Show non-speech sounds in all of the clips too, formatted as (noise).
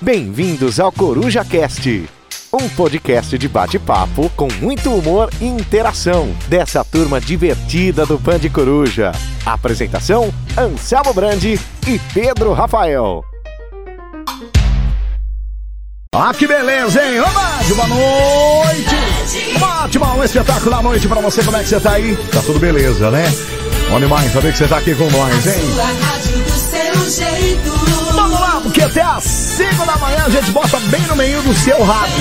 Bem-vindos ao Coruja Cast, um podcast de bate-papo com muito humor e interação dessa turma divertida do Pan de Coruja. Apresentação: Anselmo Brandi e Pedro Rafael. Ah, que beleza, hein? Ô, Bate, boa noite! Bate, um espetáculo da noite pra você. Como é que você tá aí? Tá tudo beleza, né? Bom demais saber que você tá aqui com nós, hein? Sua rádio do seu jeito. Vamos lá, porque até às 5 da manhã a gente bota bem no meio do seu rádio.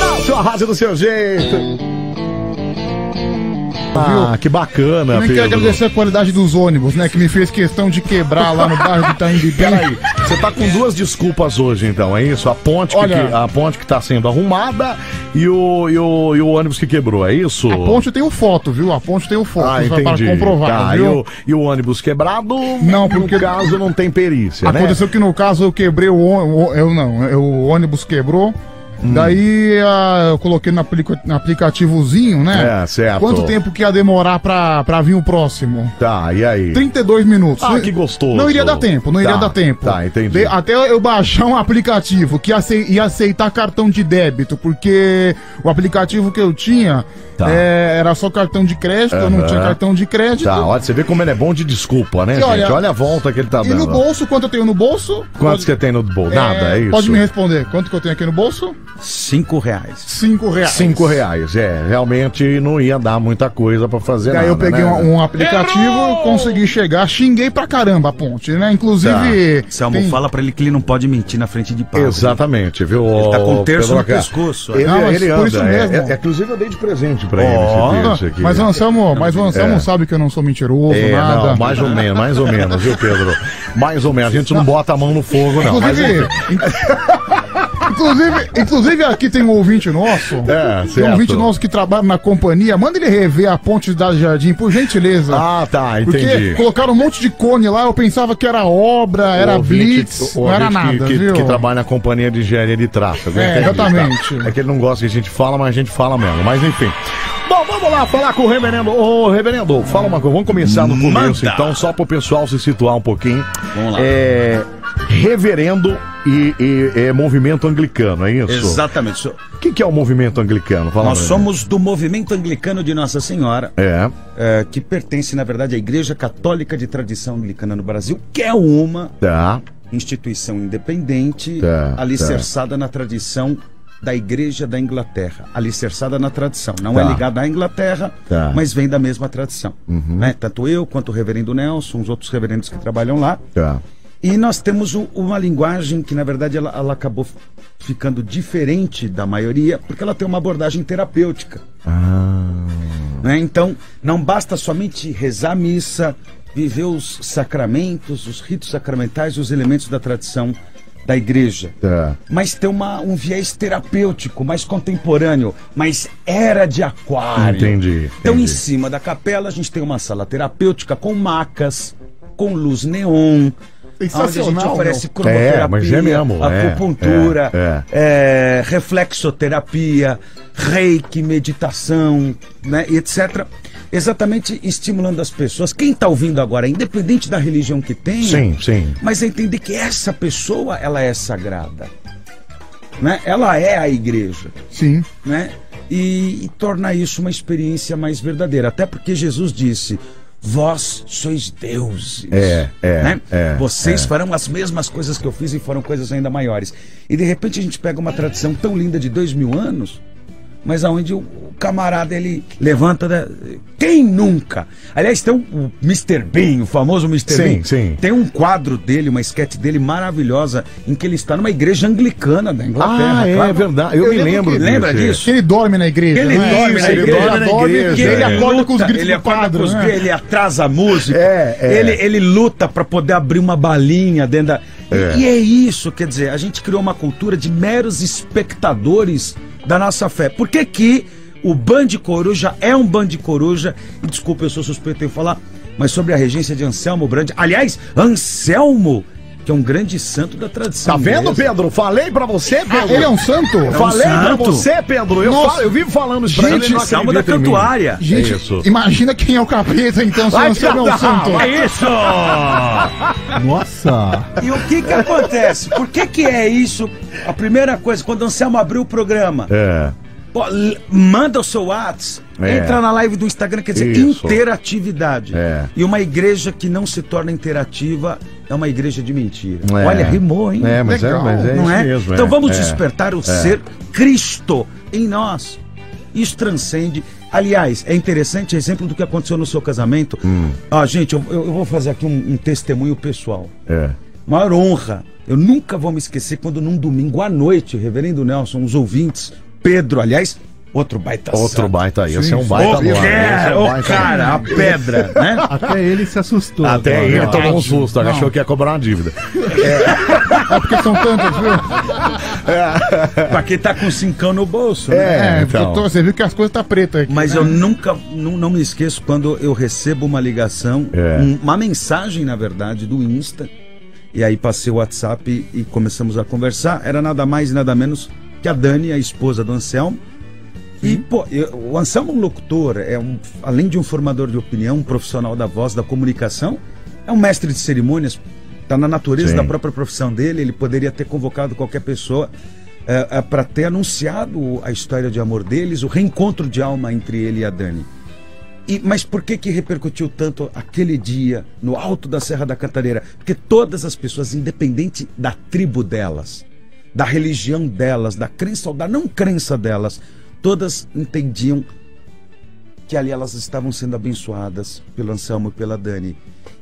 Na sua rádio do seu jeito. Ah, que bacana, Também quero agradecer a qualidade dos ônibus, né? Que me fez questão de quebrar lá no bairro do Taimbibé. Peraí, você tá com duas desculpas hoje, então, é isso? A ponte, Olha- que, a ponte que tá sendo arrumada e o, e o, e o ônibus que quebrou, é isso? A ponte tem o foto, viu? A ponte tem o foto, Ah, só para entendi. comprovar, Tá, e, viu? o, e o ônibus quebrado, Não, porque- no caso, não tem perícia, né? Aconteceu que no caso eu quebrei o ônibus. Eu não, eu- o ônibus quebrou. Hum. Daí ah, eu coloquei no, aplica- no aplicativozinho, né? É, certo. Quanto tempo que ia demorar pra, pra vir o próximo? Tá, e aí? 32 minutos. Ah, Não- que gostoso. Não iria dar tempo, não iria Tá, dar tempo. tá, entendi. De- até eu baixar um aplicativo que ace- ia aceitar cartão de débito, porque o aplicativo que eu tinha Tá. é, era só cartão de crédito, eu não Aham. tinha cartão de crédito. Tá, olha, você vê como ele é bom de desculpa, né, E gente? olha- Olha a volta que ele tá E no dando. bolso, quanto eu tenho no bolso? Quantos que tem no bolso? Nada, é isso? Pode me responder, quanto que eu tenho aqui no bolso? Cinco reais. Cinco reais. Cinco reais, é. Realmente não ia dar muita coisa pra fazer Daí nada, eu peguei né? um, um aplicativo, consegui chegar, xinguei pra caramba a ponte, né? Tá. Inclusive. Selmo, tem- fala pra ele que ele não pode mentir na frente de padre. Exatamente, viu? Ele tá com ô, um terço Pedro no Acá? pescoço. Ele, Não, mas por ele anda, isso é- mesmo. É, é, inclusive eu dei de presente pra Ó. ele esse terço aqui. Mas o Anselmo, mas o Anselmo sabe que eu não sou mentiroso, É, nada. não, mais ou menos, mais ou menos, viu, Pedro? Mais ou menos. A gente não bota a mão no fogo, não. Mas, Inclusive, in- (laughs) inclusive, inclusive aqui tem um ouvinte nosso. É, Tem certo. um ouvinte nosso que trabalha na companhia. Manda ele rever a ponte da Jardim, por gentileza. ah, tá, porque entendi. colocaram um monte de cone lá, eu pensava que era obra, era O ouvinte- blitz, o não era ouvinte que- nada, que, viu? que trabalha na companhia de engenharia de tráfego. É, entendi, exatamente. tá. É que ele não gosta que a gente fala, mas a gente fala mesmo. Mas enfim. Bom, vamos lá falar com o reverendo. Ô, reverendo, fala uma coisa. Vamos começar no começo, Manda. então, só pro pessoal se situar um pouquinho. Vamos lá. É, reverendo e, e- é movimento anglicano, é isso? Exatamente. So- O que, que é o movimento anglicano? Fala Nós pra mim. somos do movimento anglicano de Nossa Senhora, É. eh, que pertence, na verdade, à Igreja Católica de Tradição Anglicana no Brasil, que é uma Tá. instituição independente, Tá, alicerçada na tradição da Igreja da Inglaterra, alicerçada na tradição. Não Tá. é ligada à Inglaterra, Tá. Uhum. mas vem da mesma tradição. né? Tanto eu quanto o reverendo Nelson, os outros reverendos que trabalham lá. Tá. E nós temos um- uma linguagem que, na verdade, ela, ela acabou f- ficando diferente da maioria, porque ela tem uma abordagem terapêutica. né? Então, não basta somente rezar a missa, viver os sacramentos, os ritos sacramentais, os elementos da tradição da igreja. Tá. Mas tem uma, um viés terapêutico, mais contemporâneo, mas era de aquário. Entendi, Então, em entendi. cima da capela, a gente tem uma sala terapêutica com macas, com luz neon. Onde a gente Sensacional, oferece É, mas cromoterapia, é mesmo, é, acupuntura, é, é, reflexoterapia, reiki, meditação, né, e etc. Exatamente estimulando as pessoas. Quem está ouvindo agora, independente da religião que tenha, Sim, sim. mas é entender que essa pessoa ela é sagrada, né? Ela é a igreja, Sim. né? E, e torna isso uma experiência mais verdadeira, até porque Jesus disse: Vós sois deuses. É, é, né? é, Vocês farão as mesmas coisas que eu fiz e farão coisas ainda maiores. E de repente a gente pega uma tradição tão linda de dois mil anos, mas aonde o, o camarada ele levanta. da- Quem nunca? Aliás, tem um, o Mr. Bean, o famoso Mr. Sim, Bean. sim. Tem um quadro dele, uma sketch dele maravilhosa, em que ele está numa igreja anglicana da Inglaterra. Ah, é, claro. verdade. Eu, me lembro que- lembra disso? Que ele dorme na igreja. Ele né? dorme Isso, na ele igreja. dorme na igreja. Que é. ele Ele acorda luta, com os gritos ele do acorda com padre. os né? gritos, ele atrasa a música. É, é. Ele, ele luta pra poder abrir uma balinha dentro da. E- É. E, é isso, quer dizer, a gente criou uma cultura de meros espectadores da nossa fé. Por que que o Band Coruja é um Band Coruja? E desculpa, eu sou suspeito em falar, mas sobre a regência de Anselmo Brandi. Aliás, Anselmo que é um grande santo da Tá tradição. vendo, mesmo. Pedro? Falei pra você, Ah, Pedro. ele é um santo? Falei pra santo. você, Pedro. Eu, Nossa. falo, eu vivo falando isso pra Gente, ele, ele não salmo da acredita em mim. cantuária. Gente, É isso. imagina quem é o capeta, então, se Vai você não é um catar, santo. vai. (laughs) Isso! Nossa! E o que que acontece? Por que que é isso? A primeira coisa, quando o Anselmo abriu o programa, É. pô, l- manda o seu Whats, É. entra na live do Instagram, quer dizer, Isso. interatividade. É. E uma igreja que não se torna interativa é uma igreja de mentira. É. Olha, rimou, hein? É, mas Legal, é, mas é não isso é? mesmo. então é. vamos É. despertar o ser Cristo em nós. Isso transcende. Aliás, é interessante exemplo do que aconteceu no seu casamento. Hum. Ah, gente, eu, eu- eu vou fazer aqui um- um testemunho pessoal É. maior honra. Eu nunca vou me esquecer quando num domingo à noite, Reverendo Nelson, os ouvintes, Pedro, aliás, outro baita Outro santo. baita aí. Esse é um Ô, baita nome, esse é cara, um ô, baita cara, a pedra, né? (laughs) Até ele se assustou. Até ele ele tomou um susto, ele achou que ia cobrar uma dívida. É porque são tantos, (laughs) viu? pra quem tá com cincão no bolso, né? É, então. eu tô- você viu que as coisas tá preta aqui. Mas né? eu nunca, não, não me esqueço quando eu recebo uma ligação, É. um- uma mensagem, na verdade, do Insta. E aí passei o WhatsApp e, e começamos a conversar. Era nada mais e nada menos que a Dani, a esposa do Anselmo. E, pô, eu- o Anselmo é um locutor, é um, além de um formador de opinião, um profissional da voz, da comunicação, é um mestre de cerimônias, tá na natureza Sim. da própria profissão dele, ele poderia ter convocado qualquer pessoa para ter anunciado a história de amor deles, o reencontro de alma entre ele e a Dani. E, mas por que que repercutiu tanto aquele dia no alto da Serra da Cantareira? Porque todas as pessoas, independente da tribo delas, da religião delas, da crença ou da não crença delas, todas entendiam que ali elas estavam sendo abençoadas pelo Anselmo e pela Dani.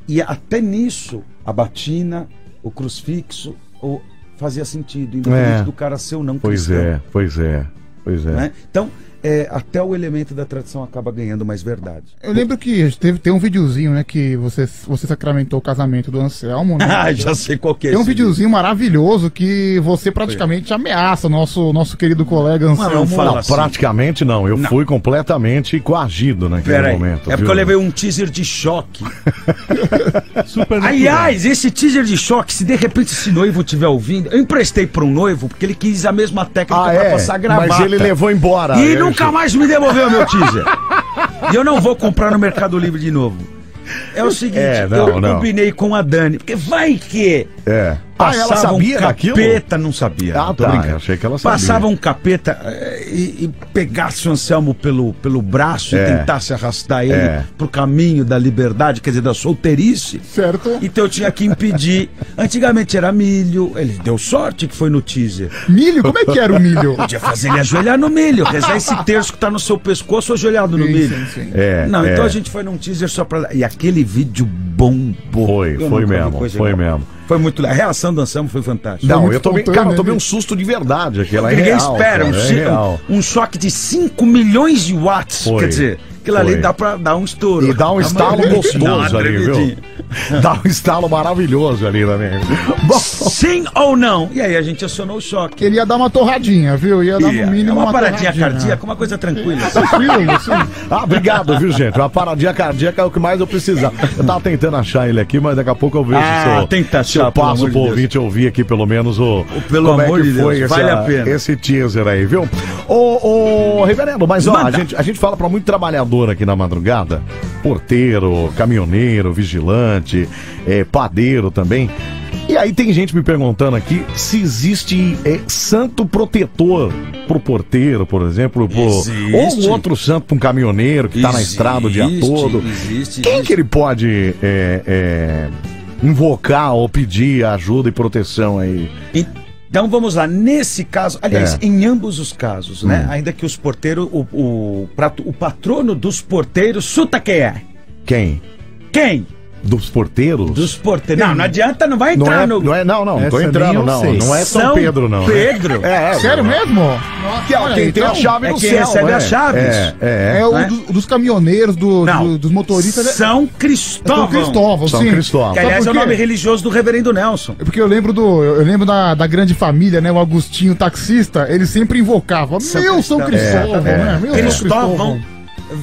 E até nisso, a batina, o crucifixo, o- fazia sentido, independente É. do cara ser ou não Pois cristão. é, pois é, pois é. né? Então, é, até o elemento da tradição acaba ganhando mais verdade. Eu lembro que teve, tem um videozinho, né? Que você, você sacramentou o casamento do Anselmo, né? (laughs) Ah, já sei qual que é Tem um esse videozinho maravilhoso que você praticamente ameaça o nosso, nosso querido colega Mano, não Anselmo. fala Não, assim. praticamente não. Eu fui completamente coagido naquele Pera aí. momento. é porque viu? eu levei um teaser (laughs) de choque. Super Aliás, esse teaser de choque, se de repente esse noivo estiver ouvindo, eu emprestei para um noivo porque ele quis a mesma técnica Ah, para é? passar gravata. Mas ele levou embora. E Eu- nunca mais me devolveu meu teaser. e eu não vou comprar no Mercado Livre de novo. É o seguinte, É, não, eu não. combinei com a Dani, porque vai que É. Ah, ela passava sabia um daquilo? capeta, não sabia. Ah, não, tá. Eu achei que ela sabia. Passava um capeta eh, e, e pegasse o Anselmo pelo, pelo braço É. e tentasse arrastar ele É. pro caminho da liberdade, quer dizer, da solteirice. Certo? Então eu tinha que impedir. Antigamente era milho, ele deu sorte que foi no teaser. Milho? Como é que era o (laughs) milho? Podia fazer ele ajoelhar no milho, rezar esse terço que tá no seu pescoço ajoelhado no Sim, sim, milho. sim. É, Não, então é. a gente foi num teaser só pra. E aquele vídeo bombou. Foi, Eu foi nunca vi mesmo, coisa foi igual. mesmo. Foi muito legal. A reação do Anselmo foi fantástica. Não, muito eu tomei, cara, eu espontâneo, tomei né? um susto de verdade. Aquela é Ninguém real, espera um, cara, é chi- real. um, um choque de 5 milhões de watts. Foi, Quer dizer, aquilo ali foi. dá pra dar um estouro. E dá um estalo uma- dá gostoso uma ali, viu? tremidinha. Dá um estalo maravilhoso ali também. (laughs) Bom, Sim ou não? E aí a gente acionou o Tá choque. Ele ia dar uma torradinha, viu? Ia dar Ih, no é mínimo uma, uma, paradinha torradinha. cardíaca, uma coisa tranquila. assim. Tranquilo, sim. ah, obrigado, viu, gente? Uma paradinha cardíaca é o que mais eu precisava. Eu tava tentando achar ele aqui, mas daqui a pouco eu vejo Ah, se eu, tenta achar, se eu pelo passo amor de pro Deus. ouvinte ouvir aqui pelo menos o. Pelo como amor é que de foi Deus, esse, vale a pena. esse teaser aí, viu? Ô, ô reverendo, mas ó, a Manda. gente, a gente fala pra muito trabalhador aqui na madrugada: porteiro, caminhoneiro, vigilante, eh, padeiro também. E aí tem gente me perguntando aqui se existe eh, santo protetor pro porteiro, por exemplo, pro, Existe. Tipo, ou outro santo pra um caminhoneiro que tá na estrada o dia Existe, todo. Existe, Quem existe. que ele pode é, é, invocar ou pedir ajuda e proteção aí? Então vamos lá, nesse caso, aliás, É. Hum. em ambos os casos, né? Ainda que os porteiros, o, o, prato- o patrono dos porteiros, suta quem é? Quem? Quem? Dos porteiros? Dos porteiros. Não, não adianta, não vai Hum. Não entrar é, no. não é, não, não, não tô Essa nem entrando, eu não. sei. Não é São Pedro, não. né? Pedro. É, é, Sério é. mesmo? Que é o Olha, quem tem a então, chave é no Tá quem céu, recebe é. as chaves. É, é. É o Né? do- dos caminhoneiros, do- Não. do- dos motoristas. né? São É Cristóvão. São Cristóvão, São sim. Cristóvão. Que, Sabe aliás, é o por quê? nome religioso do reverendo Nelson. É Porque eu lembro do. Eu lembro da, da grande família, né? O Agostinho o taxista, ele sempre invocava. São meu São Cristóvão." Cristóvão, É, é. né? Meu São Cristóvão.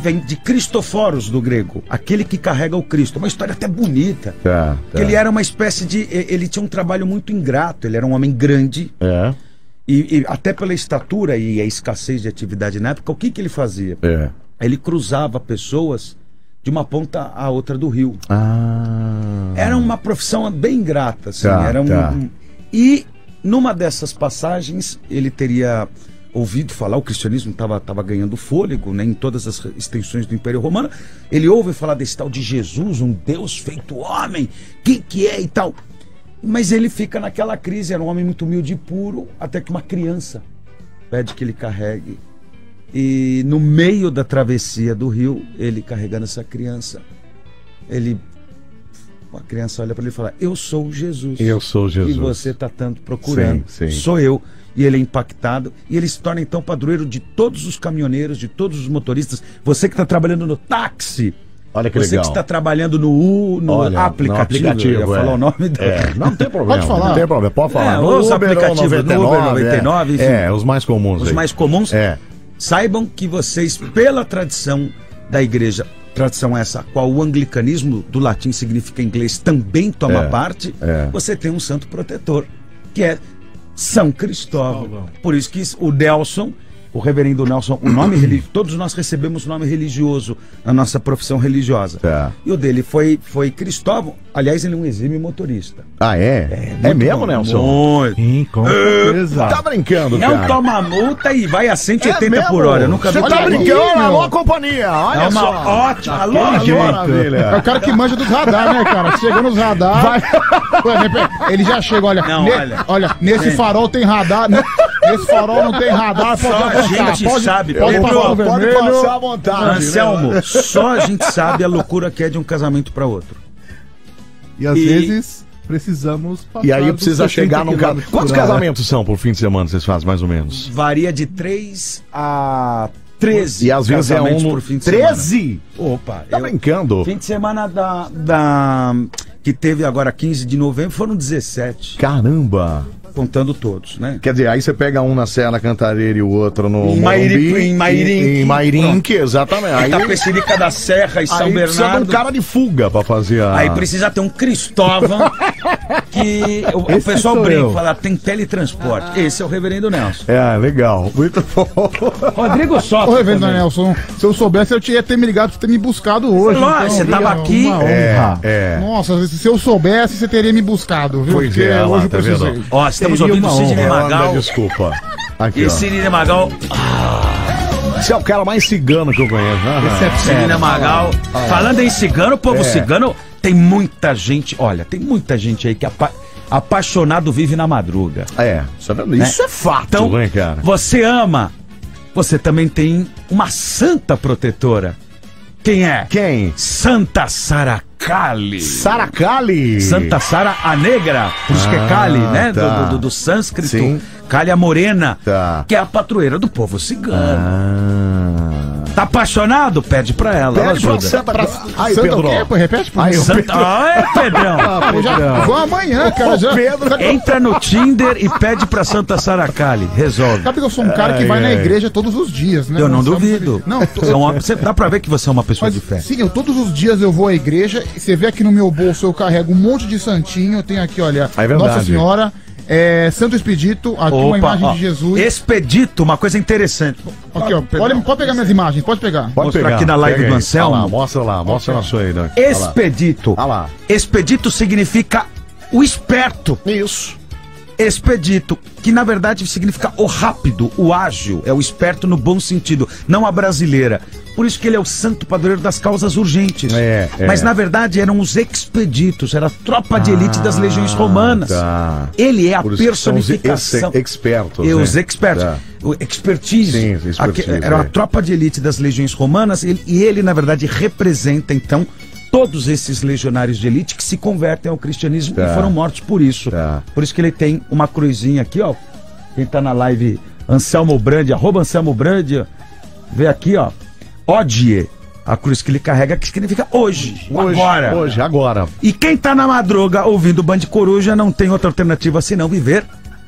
vem de Cristoforos do grego, aquele que carrega o Cristo. Uma história até bonita. Tá, Que É. ele era uma espécie de. e- Ele tinha um trabalho muito ingrato, ele era um homem grande, É, e, e até pela estatura e a escassez de atividade na época, o que, que ele fazia? é. Ele cruzava pessoas de uma ponta à outra do rio. Ah. Era uma profissão bem ingrata, assim. Tá, era um, tá. um- E numa dessas passagens, ele teria ouvido falar, o cristianismo estava tava ganhando fôlego né, em todas as extensões do Império Romano. Ele ouve falar desse tal de Jesus, um Deus feito homem, quem que é e tal. Mas ele fica naquela crise, era um homem muito humilde e puro, até que uma criança pede que ele carregue. E no meio da travessia do rio, ele carregando essa criança, ele a criança olha para ele e fala: Eu sou Jesus. Eu sou Jesus. E você está tanto procurando. Sim, sim. Sou eu. E ele é impactado. E ele se torna então padroeiro de todos os caminhoneiros, de todos os motoristas. Você que está trabalhando no táxi. Olha que você legal. que está trabalhando no, U, no Olha, no aplicativo. eu aplicativo, ia é. falar o nome da... É, não tem problema. Pode falar. Não tem problema, pode falar. É, No os ou aplicativos do Uber, 99, enfim. é. é, os mais comuns. Os aí. mais comuns. É. Saibam que vocês, pela tradição da igreja, tradição essa a qual o anglicanismo do latim significa em inglês também toma É, parte, é. você tem um santo protetor, que é São Cristóvão. Por isso que o Nelson, o reverendo Nelson, o nome religioso, todos nós recebemos nome religioso na nossa profissão religiosa. Tá. E o dele foi, foi Cristóvão, aliás, ele é um exímio motorista. Ah, é? É, mesmo, Nelson? Muito. Sim, com certeza. Tá brincando, Não cara. toma multa e vai a 180 É por mesmo? hora. Eu nunca vi Você tá tão bom. brincando, alô, companhia. Olha É uma só. ótima, alô, Olha que gente. É o maravilha. cara que manja dos radar, né, cara? Chegou nos radar. Por exemplo, Ele já chega, olha. Não, ne- olha. olha, nesse farol tem radar. ne- Nesse farol não tem radar. Pode Só a avançar, gente pode, sabe, Pode, Pedro. passar o Pode é vermelho. passar à vontade. Anselmo, só a gente sabe a loucura que é de um casamento pra outro. E às E- vezes precisamos passar E aí dos precisa 60 chegar num quilômetros casamento. por Quantos hora. casamentos são por fim de semana vocês fazem, mais ou menos? Varia de 3 a 13 E às vezes é um. casamentos no- por fim de semana. 13? Opa, Tá eu- brincando? fim de semana da, da- que teve agora 15 de novembro foram 17, Caramba! contando todos, né? Quer dizer, aí você pega um na Serra Cantareira e o outro no Em Mairi- Morumbi, em Mairinque. Em Mairinque, exatamente. Aí, aí Itapecerica da Serra e tá São precisa de um Bernardo. cara de fuga pra fazer a... Aí precisa ter um Cristóvão que o, o Esse pessoal sou brinca, eu. fala, tem teletransporte. Esse é o reverendo Nelson. É, legal. Muito bom. Rodrigo Ô, Soto. Reverendo Nelson, se eu soubesse, eu tinha ter me ligado pra você ter me buscado hoje. então, Lógico, você viu? tava Uma aqui. honra. é. Nossa, se eu soubesse, você teria me buscado, viu? Pois Porque é, lá, hoje eu tá precisei. vendo? Ó, estamos Seria ouvindo uma Sidney honra. É. Magal. Desculpa. Aqui, E Cirina Magal, ó. Você é o cara mais cigano que eu conheço. né? Cirina Magal. É. Falando em cigano, povo cigano, tem muita gente, olha, tem muita gente aí que apa- apaixonado vive na madruga. É, isso é, verdade. né? isso é fato, Então, né, cara? você ama, você também tem uma santa protetora. Quem é? Quem? Santa Sara Kali. Saracali. Santa Sara a Negra, por isso que é Ah, Kali, né? Do- tá. Do, do, do sânscrito. Sim. Kali a Morena, Tá. que é a padroeira do povo cigano. Ah. Tá apaixonado? Pede pra ela, ela Pede pra ajuda. Santa... Aí, Santa Pedro. o quê? Pô, repete pra mim. Santa... Ah, (laughs) é, Pedrão! Eu já vou amanhã, cara. Já... Pedro. Entra no Tinder e pede pra Santa Sara Kali. Resolve. Sabe que eu sou um cara que Ai, vai na ai. igreja todos os dias, né? Eu não Nós somos- duvido. Não, tô- Você é uma- você- dá pra ver que você é uma pessoa mas de fé. sim, eu todos os dias eu vou à igreja e você vê aqui no meu bolso eu carrego um monte de santinho. Eu tenho aqui, olha, É verdade. Nossa Senhora, é, Santo Expedito, aqui uma imagem ó, de Jesus. Expedito, uma coisa interessante. Aqui, ó, olha, pode pegar minhas imagens, pode pegar. Pode Mostrar pegar. aqui na live Pega do aí. Anselmo. Olha lá, mostra lá, mostra na sua aí. né? Olha lá. Expedito. Olha lá. Expedito significa o esperto. Isso. Expedito, que na verdade significa o rápido, o ágil, é o esperto no bom sentido, não a brasileira. Por isso que ele é o santo padroeiro das causas urgentes. É, é. Mas na verdade eram os expeditos, era a tropa de elite das legiões romanas. Ah, tá. Ele é a Por isso que são os personificação. ex- expertos, E os né? expertos. Tá. O expertise. Sim, expertise, Aque- era é. a tropa de elite das legiões romanas ele- e ele, na verdade, representa, então, todos esses legionários de elite que se convertem ao cristianismo Tá. e foram mortos por isso. Tá. Por isso que ele tem uma cruzinha aqui, ó. Quem tá na live, Anselmo Brandi, arroba Anselmo Brandi, ó. vê aqui, ó. Odie, a cruz que ele carrega, que significa hoje, o Hoje, agora. Hoje, agora. E quem tá na madruga ouvindo o Band Coruja não tem outra alternativa senão viver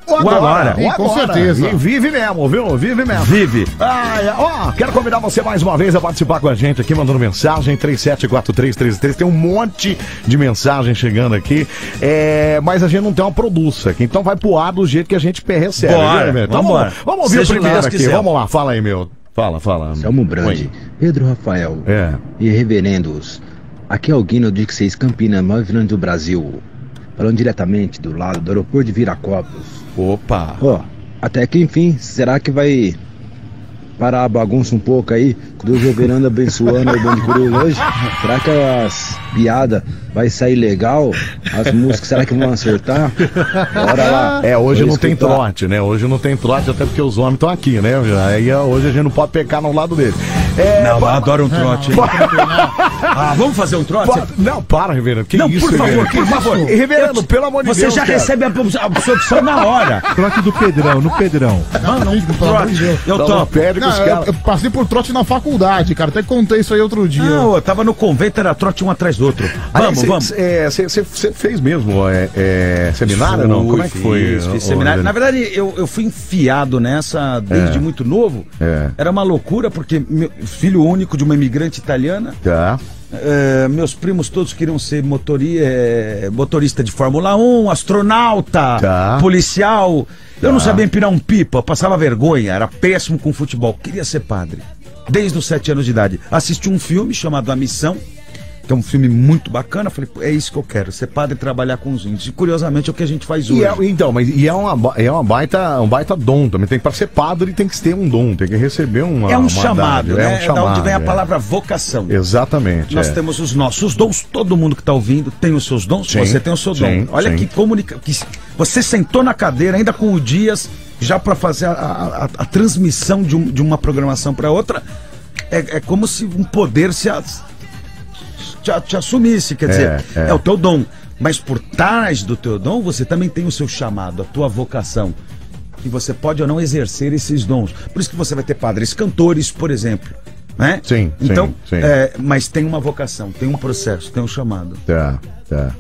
O agora. agora. o Ih, com agora. certeza. E vive mesmo, viu? Vive mesmo. Vive. Ai, ó, quero convidar você mais uma vez a participar com a gente aqui, mandando mensagem 374333. Tem um monte de mensagem chegando aqui, é, mas a gente não tem uma produça aqui, então vai pro ar do jeito que a gente recebe. Bora, viu, Alberto? então, vambora. vamos, vamos ouvir Seja o o que primeiro Deus aqui. quiser. Vamos lá, fala aí, meu. Fala, fala. Selmo Brandi, Pedro Rafael Oi. É. e reverendos. Aqui é o Guino de 6 Campinas, maior vilão do Brasil. Falando diretamente do lado do aeroporto de Viracopos. Opa. Ó, até que enfim, será que vai parar a bagunça um pouco aí do Joverando abençoando o Bando de Coruja hoje? Será que as piadas vai sair legal? As músicas, será que vão acertar? Bora lá. É, hoje Vou não tem escutar. trote, né? Hoje não tem trote, até porque os homens estão aqui, né? Aí ó, hoje a gente não pode pecar no lado dele. É, Não, eu adoro um trote. hein? Ah, vamos fazer um trote? pa- Não, para, Reverendo. Que Não, isso, por favor, Reverendo? por favor. Ei, Reverendo, pelo amor de Você Deus. já cara. recebe a a absorção na hora. (laughs) Troque do Pedrão, no Pedrão. Não, não, pelo amor de Deus. Eu Tá topo. perde com os Não, eu, caras. eu passei por trote na faculdade, cara. Até contei isso aí outro dia. Não, eu tava no convento, era trote um atrás do outro. Vamos, vamos. Você fez mesmo é, é, seminário ou não? Como é que Fui, foi? fiz, ô, fiz seminário. Reverendo? Na verdade, eu, eu fui enfiado nessa desde muito novo. É. Era uma loucura, porque meu- filho único de uma imigrante italiana, Tá. eh, meus primos todos queriam ser motori, eh, motorista de Fórmula 1, astronauta, Tá. policial. Eu não sabia empinar um pipa, eu passava vergonha, era péssimo com futebol. Queria ser padre. Desde os sete anos de idade. Assisti um filme chamado A Missão, que é um filme muito bacana. Falei, "Pô, é isso que eu quero, ser padre e trabalhar com os índios. E curiosamente é o que a gente faz hoje. E é- então, mas e é, uma, ba- é uma baita, um baita dom também. Tem que para ser padre tem que ter um dom, tem que receber uma. É um uma chamado, dádiva, né? É, É um chamado. da onde vem a é. palavra vocação. Exatamente. Nós é. temos os nossos dons, todo mundo que está ouvindo tem os seus dons, Sim, você tem o seu sim, dom. Olha sim. que comunica. Que s- você sentou na cadeira ainda com o Dias, já para fazer a, a- a- a transmissão de, um- de uma programação para outra. É, é como se um poder se as- te, te assumisse, quer dizer, é. é. o teu dom. Mas por trás do teu dom, você também tem o seu chamado, a tua vocação. Que você pode ou não exercer esses dons. Por isso que você vai ter padres cantores, por exemplo. Né? Sim, sim, Então, sim. é, mas tem uma vocação, tem um processo, tem um chamado. Tá, tá.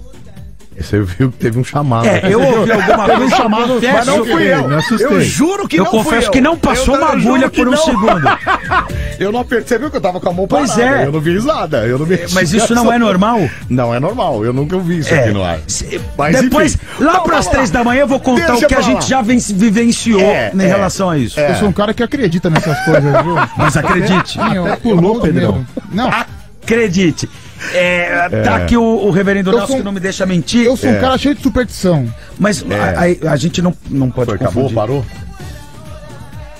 E Você viu que teve um chamado. É, eu (laughs) ouvi alguma coisa chamada, mas não fui eu. Me assustei. Eu juro que Eu não confesso fui que não Eu passou uma juro agulha que por um não. segundo. Eu não percebi que eu tava com a mão Pois parada, é. Eu não vi nada. Eu não É, vi (laughs) Mas isso não é normal? Não é normal. Eu nunca vi isso aqui no ar. Se- Mas, Depois, enfim. lá Vamos para as lá. três da manhã, eu vou contar Deixa o que a pra lá. gente já ven- vivenciou É, em é, relação a isso. Eu sou um cara que acredita nessas coisas, viu? Mas acredite, Sim, eu- pulou, eu- eu- Pedrão. Não, acredite. É, Tá aqui o, o reverendo Eu Nelson sou- que não me deixa mentir, eu sou um cara cheio de superstição. mas a, a- a gente não, não pode um É. Foi, acabou, confundir. parou?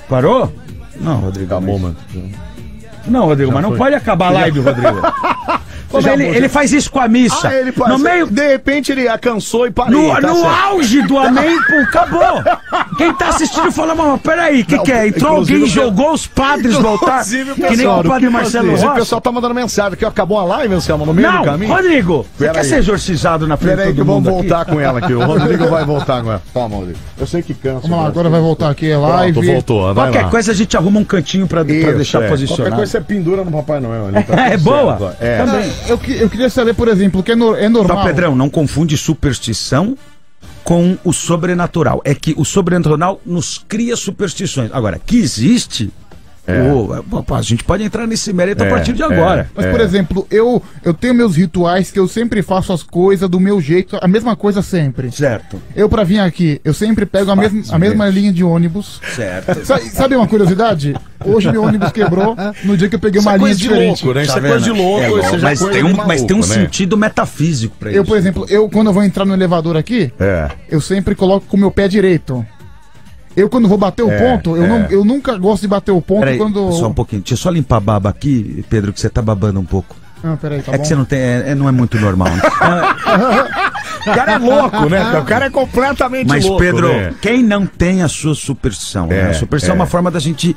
Parou? Não, Rodrigo. Acabou, mano. Não, Rodrigo, mas não pode acabar a live, Rodrigo. (laughs) Mas ele, ele faz isso com a missa. Ah, ele no passa- meio. De repente ele cansou e parou. Tá No, no auge (laughs) do amém, pô, acabou. Quem tá assistindo fala, mas peraí, o que, Não, que é? Entrou inclusive alguém, o pessoal- jogou os padres do altar, que Inclusive, o nem pessoal, o padre Marcelo Inclusive, o Rocha. pessoal tá mandando mensagem que acabou a live, Anselmo, no meio do Não, caminho. Rodrigo, é você Peraí. quer ser exorcizado na frente Peraí de que todo vamos mundo voltar aqui? com ela aqui. O Rodrigo vai voltar com ela. Calma, Rodrigo. Eu sei que cansa. Vamos lá, mas- agora vai voltar aqui a Pronto, live. voltou. Vai Qualquer lá. coisa a gente arruma um cantinho pra, pra Isso, deixar é. Qualquer posicionado. coisa você pendura no Papai Noel. ali, tá tudo (laughs) É, é certo. boa. É. Também. Ah, Eu, que- eu queria saber, por exemplo, que é, no- é normal. Só, Tá, Pedrão, não confunde superstição com o sobrenatural. É que o sobrenatural nos cria superstições. Agora, que existe, o- pô, pô, a gente pode entrar nesse mérito É, a partir de é. agora. Mas, É. por exemplo, eu, eu tenho meus rituais que eu sempre faço as coisas do meu jeito, a mesma coisa sempre. Certo, Eu, pra vir aqui, eu sempre pego a, mesma a mesma linha de ônibus. (laughs) certo. Sa- Sabe uma curiosidade? Hoje meu ônibus quebrou no dia que eu peguei uma Isso é linha coisa de diferente. louco, né? Isso é coisa de louco. É, isso já é mas, coisa tem de um, maluco, mas tem um né? sentido metafísico pra Eu, isso. por exemplo, eu quando eu vou entrar no elevador aqui, É. eu sempre coloco com o meu pé direito. Eu quando vou bater o É, ponto, eu, é. não, eu nunca gosto de bater o ponto Peraí, quando. Só um pouquinho. Deixa eu só limpar a baba aqui, Pedro, que você tá babando um pouco. Ah, peraí, tá é bom. que você não tem. É, é- não é muito normal. (laughs) né? O cara é louco, (laughs) né? O cara é completamente Mas, louco. Pedro, né? quem não tem a sua superstição? né? É, A superstição é. é. uma forma da gente.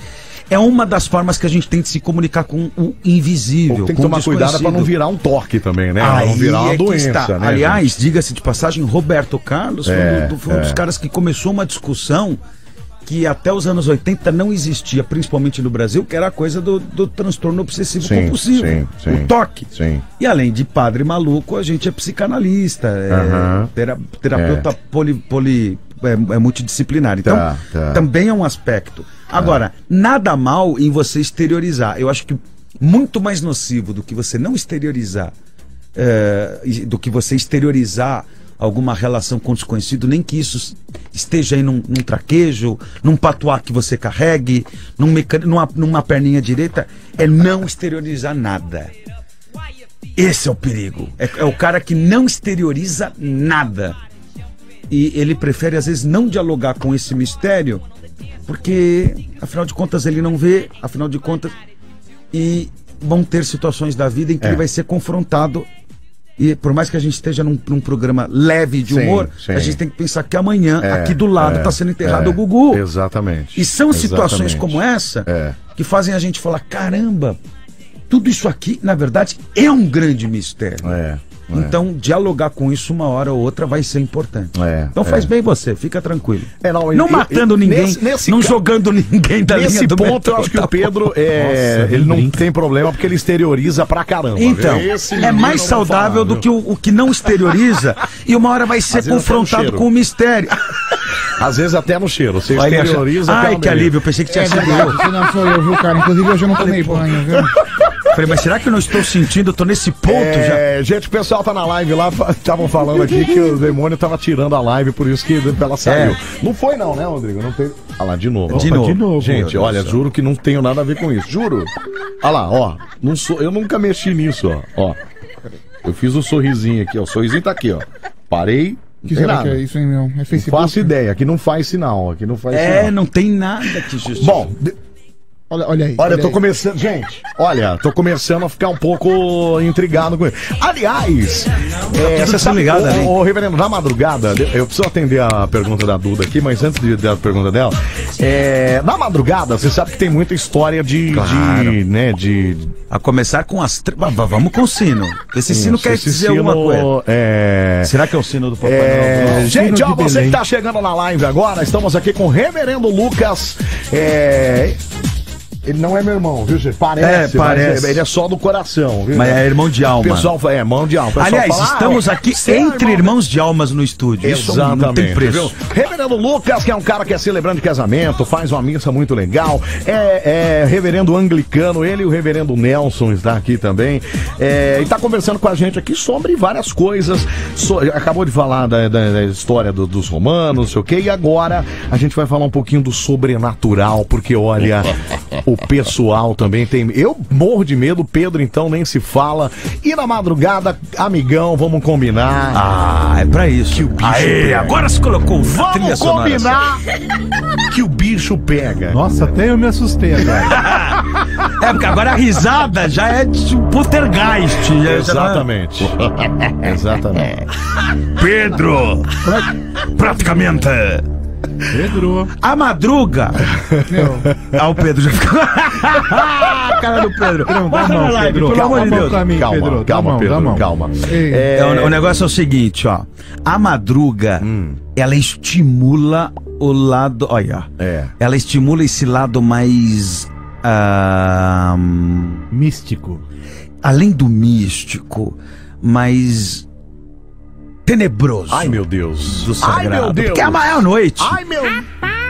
É uma das formas que a gente tem de se comunicar com o invisível. Tem que com o tomar cuidado pra não desconhecido. virar um torque também, né? Pra Aí não virar uma é que doença, está. né? Aliás, diga-se de passagem, Roberto Carlos foi, É, um, do- foi um é. dos caras que começou uma discussão que até os anos 80 não existia, principalmente no Brasil, que era a coisa do, do transtorno obsessivo Sim, compulsivo, sim, sim. o toque. Sim. E além de padre maluco, a gente é psicanalista, é Aham. É. tera- terapeuta poli, poli- é- é multidisciplinar. Então, Tá, tá. também é um aspecto. Agora, nada mal em você exteriorizar. Eu acho que muito mais nocivo do que você não exteriorizar, é, e- do que você exteriorizar alguma relação com o desconhecido, nem que isso s- esteja aí num, num traquejo, num patuá que você carregue, num mecan- numa, numa perninha direita, é não exteriorizar nada. Esse é o perigo. É, é o cara que não exterioriza nada. E ele prefere, às vezes, não dialogar com esse mistério, porque, afinal de contas, ele não vê, afinal de contas. E vão ter situações da vida em É. que ele vai ser confrontado. E por mais que a gente esteja num, num programa leve de Sim, humor, a sim. gente tem que pensar que amanhã, É, aqui do lado, é, está sendo enterrado é. o Gugu. Exatamente. E são situações Exatamente. como essa É. que fazem a gente falar: caramba, tudo isso aqui, na verdade, é um grande mistério. É. é. Então, dialogar com isso uma hora ou outra vai ser importante. É, então faz é. bem você, fica tranquilo. É, não, não e- e- matando e ninguém, nesse- nesse não ca- jogando ninguém da linha Nesse do ponto, metrô, eu acho que tá o Pedro é, Nossa, ele não brinca. tem problema porque ele exterioriza pra caramba. viu? Então, Esse é menino mais não saudável fala, do que o, o que não exterioriza e uma hora vai ser Às vezes até tá no confrontado cheiro. com o (laughs) mistério. viu? Às vezes até no cheiro. Você Aí ele acha, exterioriza. É até Ai, no que meio. alívio, pensei que tinha sido eu. Você não sou eu, viu, cara? Inclusive hoje eu não tomei banho, viu? Falei, mas será que eu não estou sentindo? Eu tô nesse ponto já. É, gente, o pessoal tá na live lá, estavam falando aqui que o demônio tava tirando a live, por isso que ela saiu. Não foi não, né, Rodrigo? Não teve. Olha lá, de novo. É. De Opa, novo. Meu Gente, Deus olha, do céu. juro que não tenho nada a ver com isso. Juro. Olha lá, ó. Não sou, eu nunca mexi nisso, ó. ó. Eu fiz o sorrisinho aqui, ó. O sorrisinho tá aqui, ó. Parei. Que Não tem será que nada. é isso, hein, meu? É Não Facebook? faço ideia, aqui não faz sinal, aqui não faz É, sinal. não tem nada que justifique. Bom, de- Olha, olha aí. Olha, eu tô aí. começando. Gente, olha, tô começando a ficar um pouco intrigado com ele. Aliás, é, Tá tudo você sabe, desligado ali. ô, ô, reverendo, na madrugada, eu preciso atender a pergunta da Duda aqui, mas antes de- da pergunta dela, é, na madrugada, você sabe que tem muita história de. Claro. de né, de. A começar com as. tre- Va- va- Vamos com o sino. Esse sino quer esse dizer sino, alguma coisa. É. Será que é o sino do Papai Noel? É, Não. gente, Sino ó, de você que Belém. tá chegando na live agora, estamos aqui com o reverendo Lucas. É, Ele não é meu irmão, viu, gente? Parece, É, parece. mas ele é só do coração, viu? Mas é irmão de alma. Pessoal, é, mão de alma. Pessoal Aliás, fala, ah, estamos é, aqui você é entre irmão irmãos de almas no estúdio. Isso Exatamente. não tem preço. viu? Reverendo Lucas, que é um cara que é celebrando de casamento, faz uma missa muito legal. É, é reverendo anglicano, ele e o reverendo Nelson está aqui também. É, e está conversando com a gente aqui sobre várias coisas. So- acabou de falar da, da- da história do- dos romanos, não sei o quê. E agora a gente vai falar um pouquinho do sobrenatural, porque olha, (laughs) o pessoal também tem. Eu morro de medo, Pedro, então nem se fala. E na madrugada, amigão, vamos combinar. Ah, é pra isso. Aê, agora se colocou a trilha Vamos sonora. combinar que o bicho pega. Nossa, um até eu me assustei agora. É, porque agora a risada já é de um poltergeist. já- já não é- Exatamente. Exatamente. Pedro! Praticamente! Pedro. A madruga! Ah, o Pedro já ficou. a cara do Pedro. Não, dá a Bota na mão, live, Pedro. pelo amor Dá a de mão Deus. pra mim, calma, Pedro. Dá calma, a mão, dá Pedro, a mão. calma. Ei, É, o, o negócio é o seguinte, ó. A madruga, ela estimula o lado. Olha, ó. É. ela estimula esse lado mais. ah, Místico. além do místico, mais. tenebroso. Ai, meu Deus. do sagrado. Ai, meu Deus. Porque é a maior noite. Ai, meu,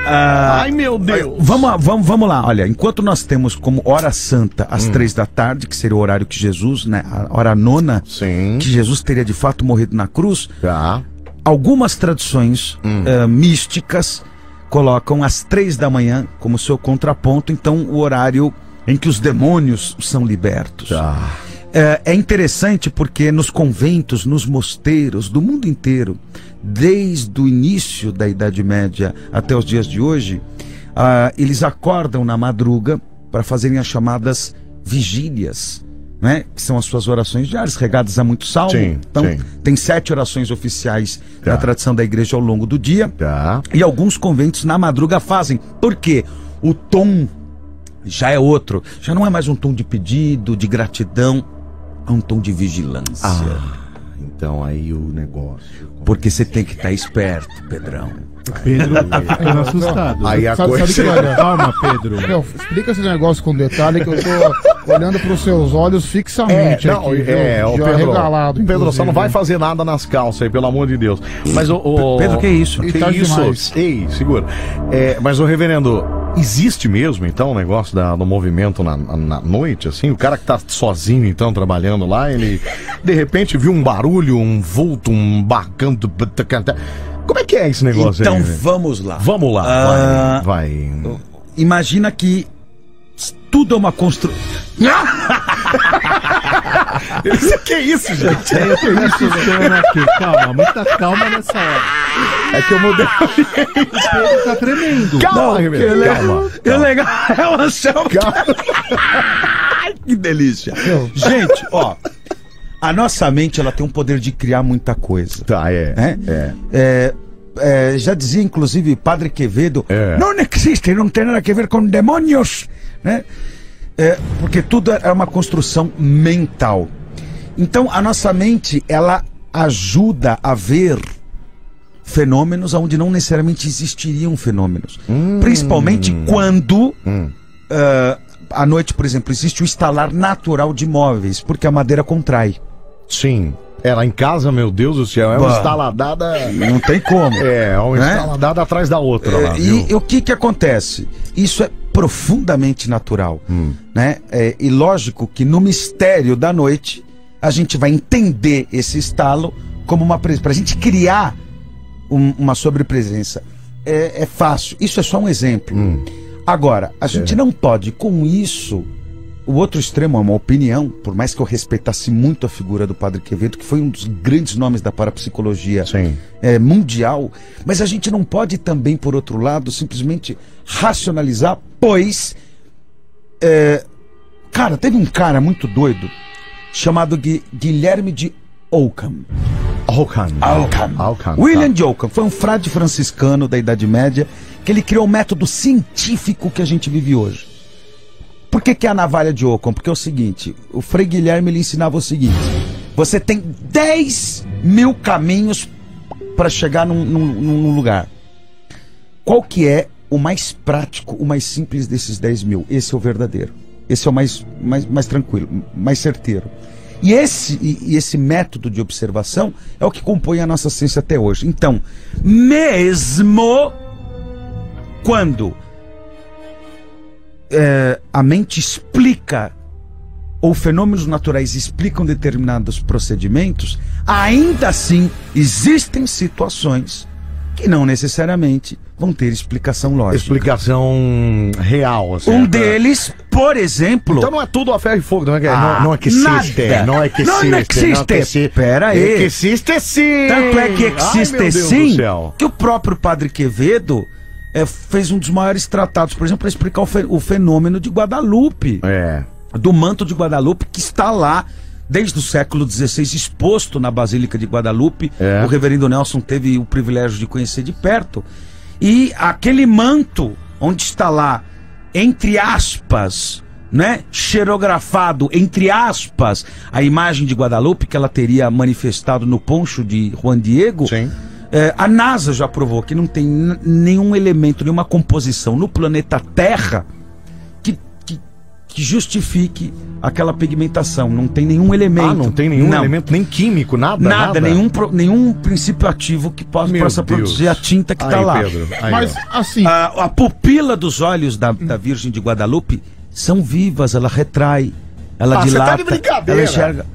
Ah, ai, meu Deus. Vamos, lá, vamos, vamos lá, olha, enquanto nós temos como hora santa Hum. às três da tarde, que seria o horário que Jesus, né, a hora nona, Sim. que Jesus teria de fato morrido na cruz, Tá. algumas tradições eh, místicas colocam às três da manhã como seu contraponto, então o horário em que os demônios são libertos. Tá. É, é interessante porque nos conventos, nos mosteiros do mundo inteiro, desde o início da Idade Média até os dias de hoje, ah, eles acordam na madruga para fazerem as chamadas vigílias, né? que são as suas orações diárias, regadas a muito salmo. Sim, então, sim. tem sete orações oficiais Tá. na tradição da igreja ao longo do dia. Tá. E alguns conventos na madruga fazem. Por quê? O tom já é outro. Já não é mais um tom de pedido, de gratidão. É um tom de vigilância. Então, aí o negócio. Porque você tem que estar esperto, Pedrão. Pedro tá ficando assustado. Aí a Sabe- coisa. sabe o que vai dar? Calma, Pedro. Meu, explica esse negócio com detalhe que eu tô olhando pros seus olhos fixamente não, aqui. viu? é, o Já Pedro, regalado, Pedro, você inclusive. não vai fazer nada nas calças aí, pelo amor de Deus. Mas o. o- Pedro, que é isso? Que E tarde isso? demais. Ei, segura. É, mas o reverendo, existe mesmo então o negócio da- do movimento na, na- na noite, assim? O cara que tá sozinho então trabalhando lá, ele de repente viu um barulho, um vulto, um bacando. Como é que é esse negócio Então aí? velho? vamos lá. Vamos lá, Ah, vai. vai. Imagina que tudo é uma construção. que isso, gente? É, que isso, Zona, aqui. Calma, muita calma nessa hora. É que eu mudei. Pedro tá tremendo. Calma, reverendo. Calma. Que é legal, (laughs) é o Anselmo. Ai, (laughs) que delícia. Gente, ó, a nossa mente ela tem um poder de criar muita coisa. Tá, é. né? É, é, já dizia, inclusive, Padre Quevedo, É. não existe, não tem nada a ver com demônios, né? É, porque tudo é uma construção mental. Então, a nossa mente, ela ajuda a ver fenômenos onde não necessariamente existiriam fenômenos. Principalmente quando... ah, à noite, por exemplo, existe o estalar natural de móveis, porque a madeira contrai. Sim. É, lá em casa, meu Deus do céu, é uma Bah. estaladada. Não tem como. É, é uma Né? estaladada atrás da outra lá. É, viu? e o que que acontece? Isso é profundamente natural, Hum. né? É, e lógico que no mistério da noite a gente vai entender esse estalo como uma presença, para a gente criar um- uma sobrepresença. É, é fácil. Isso é só um exemplo. Hum. Agora, a gente É. não pode com isso. O outro extremo é uma opinião, por mais que eu respeitasse muito a figura do Padre Quevedo, que foi um dos grandes nomes da parapsicologia Sim. é, mundial, mas a gente não pode também, por outro lado, simplesmente racionalizar, pois. é, cara, teve um cara muito doido chamado Gui- Guilherme de Ockham. Alcan. Ockham. Alcan. William de Ockham foi um frade franciscano da Idade Média que ele criou o método científico que a gente vive hoje. Por que, que é a navalha de Ockham? Porque é o seguinte: o Frei Guilherme ele ensinava o seguinte: você tem 10 mil caminhos para chegar num, num- num lugar. Qual que é o mais prático, o mais simples desses 10 mil? Esse é o verdadeiro. Esse é o mais, mais, mais tranquilo, mais certeiro. E esse, e, e esse método de observação é o que compõe a nossa ciência até hoje. Então, mesmo quando eh, a mente explica ou fenômenos naturais explicam determinados procedimentos, ainda assim existem situações que não necessariamente vão ter explicação lógica. Explicação real, assim. Um né? deles, por exemplo. Então não é tudo a ferro e fogo, não é que, não, não é que Ah, nada. existe, não é que Não existe, existe. Pera aí. É que existe sim. Tanto é que Ai, meu existe Deus sim do céu. que o próprio Padre Quevedo eh, fez um dos maiores tratados, por exemplo, para explicar o, fe- o fenômeno de Guadalupe, É. do manto de Guadalupe, que está lá desde o século XVI, exposto na Basílica de Guadalupe. É. O reverendo Nelson teve o privilégio de conhecer de perto. E aquele manto, onde está lá, entre aspas, né? Xerografado, entre aspas, a imagem de Guadalupe que ela teria manifestado no poncho de Juan Diego. Sim. É, a NASA já provou que não tem n- nenhum elemento, nenhuma composição no planeta Terra que, que, que justifique aquela pigmentação. Não tem nenhum elemento. Ah, não tem nenhum Não. elemento, nem químico, nada? Nada, Nenhum, pro- nenhum princípio ativo que possa, Meu possa Deus. produzir a tinta que Aí, está lá. Pedro. Aí, Mas, ó. Ah. assim, A, a pupila dos olhos da, da Virgem de Guadalupe são vivas, ela retrai, ela Ah, você tá dilata, de brincadeira. ela enxerga.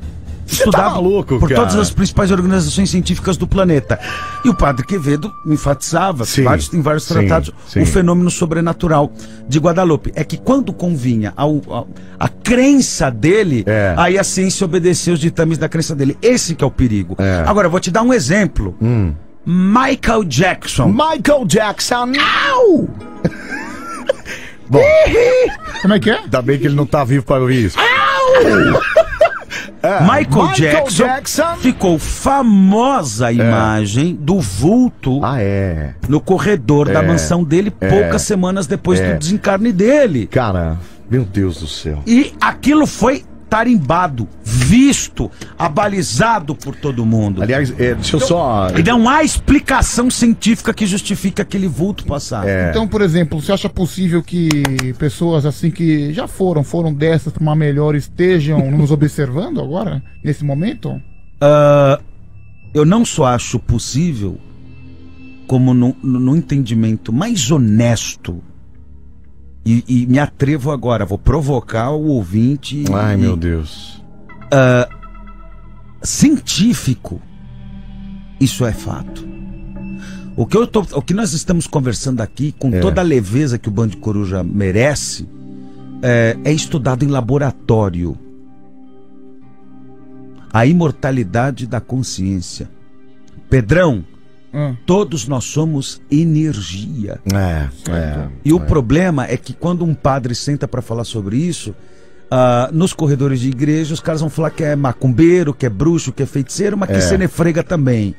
Você tá maluco, por cara. todas as principais organizações científicas do planeta. E o Padre Quevedo enfatizava, Sim, vários, em vários sim, tratados, sim. o fenômeno sobrenatural de Guadalupe. É que quando convinha ao, ao- a crença dele, É. aí a ciência obedeceu os ditames da crença dele. Esse que é o perigo. É. Hum. Agora, eu vou te dar um exemplo. Michael Jackson. Michael Jackson. como é que é? Ainda bem que ele não tá vivo para ouvir isso. Michael, Ah, Michael Jackson, Jackson. É. ficou famosa a imagem do vulto Ah, é. no corredor da É. mansão dele poucas semanas depois É. do desencarne dele. Cara, meu Deus do céu. E aquilo foi tarimbado, visto, abalizado por todo mundo. Aliás, é, deixa eu só. E não há explicação científica que justifique aquele vulto passar. É, Então, por exemplo, você acha possível que pessoas assim que já foram, foram dessas para uma melhor, estejam nos observando agora, nesse momento? Ah, eu não só acho possível, como no, no- no entendimento mais honesto, e, e me atrevo agora, vou provocar o ouvinte e- Ai, e meu Deus. científico, isso é fato. O que, eu tô, o que nós estamos conversando aqui, com É. toda a leveza que o Bando de Coruja merece, é, é estudado em laboratório. A imortalidade da consciência. Pedrão, Hum. todos nós somos energia. É, é. E o problema é que quando um padre senta para falar sobre isso, ah, nos corredores de igreja, os caras vão falar que é macumbeiro, que é bruxo, que é feiticeiro, mas que é cenefrega também.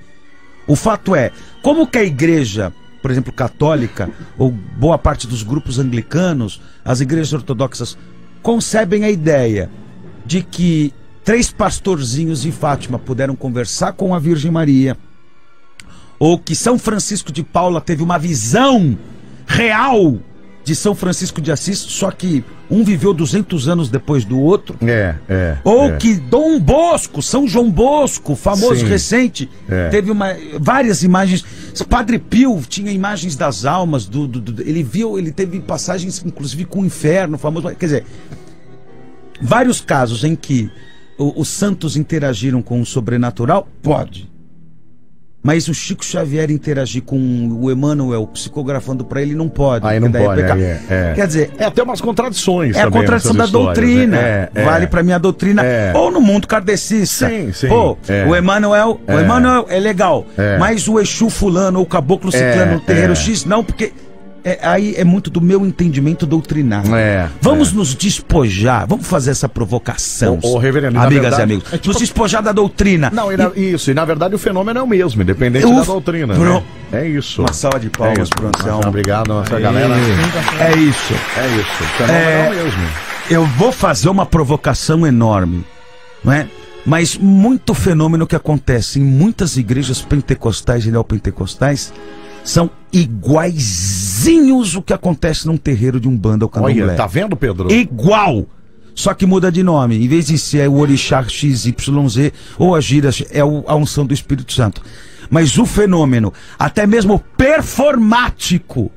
O fato é, como que a igreja, por exemplo, católica, ou boa parte dos grupos anglicanos, as igrejas ortodoxas, concebem a ideia de que três pastorzinhos em Fátima puderam conversar com a Virgem Maria, ou que São Francisco de Paula teve uma visão real de São Francisco de Assis, só que um viveu 200 anos depois do outro, É, é. ou é. que Dom Bosco, São João Bosco, famoso Sim. recente, É. teve uma, várias imagens. Padre Pio tinha imagens das almas, do, do- do- ele viu, ele teve passagens, inclusive, com o inferno, famoso. Quer dizer, vários casos em que o- os santos interagiram com o sobrenatural, pode. Mas o Chico Xavier interagir com o Emmanuel psicografando pra ele não pode. Aí porque não daí é pode, pecado. aí é, é. Quer dizer, É até umas contradições. é a também contradição da nessas histórias, doutrina. né? É, é. Vale pra minha doutrina. É. Ou no mundo kardecista. Sim, sim, Pô, é. o Emmanuel, o É. Emmanuel é legal. É. Mas o Exu fulano ou o caboclo ciclano, É, o terreiro é. X, não, porque é- aí é muito do meu entendimento doutrinar. É, Vamos nos despojar, vamos fazer essa provocação. Ô, ô, reverendo, na amigas verdade, é tipo e amigos. Nos despojar da doutrina. Não, e na- isso. E na verdade o fenômeno é o mesmo, independente Eu- da doutrina. né? Pro- É isso. Uma salva de é palmas isso. pro Anselmo. Marcelo, Obrigado, nossa galera. É isso. É isso. O fenômeno é, o mesmo. Eu vou fazer uma provocação enorme, não é? Mas muito fenômeno que acontece em muitas igrejas pentecostais e neopentecostais são iguaizinhos o que acontece num terreiro de um bando ou candomblé. Olha, tá vendo, Pedro? Igual! Só que muda de nome. Em vez de ser é o orixá XYZ ou a gira, é o- a unção do Espírito Santo. Mas o fenômeno, até mesmo performático,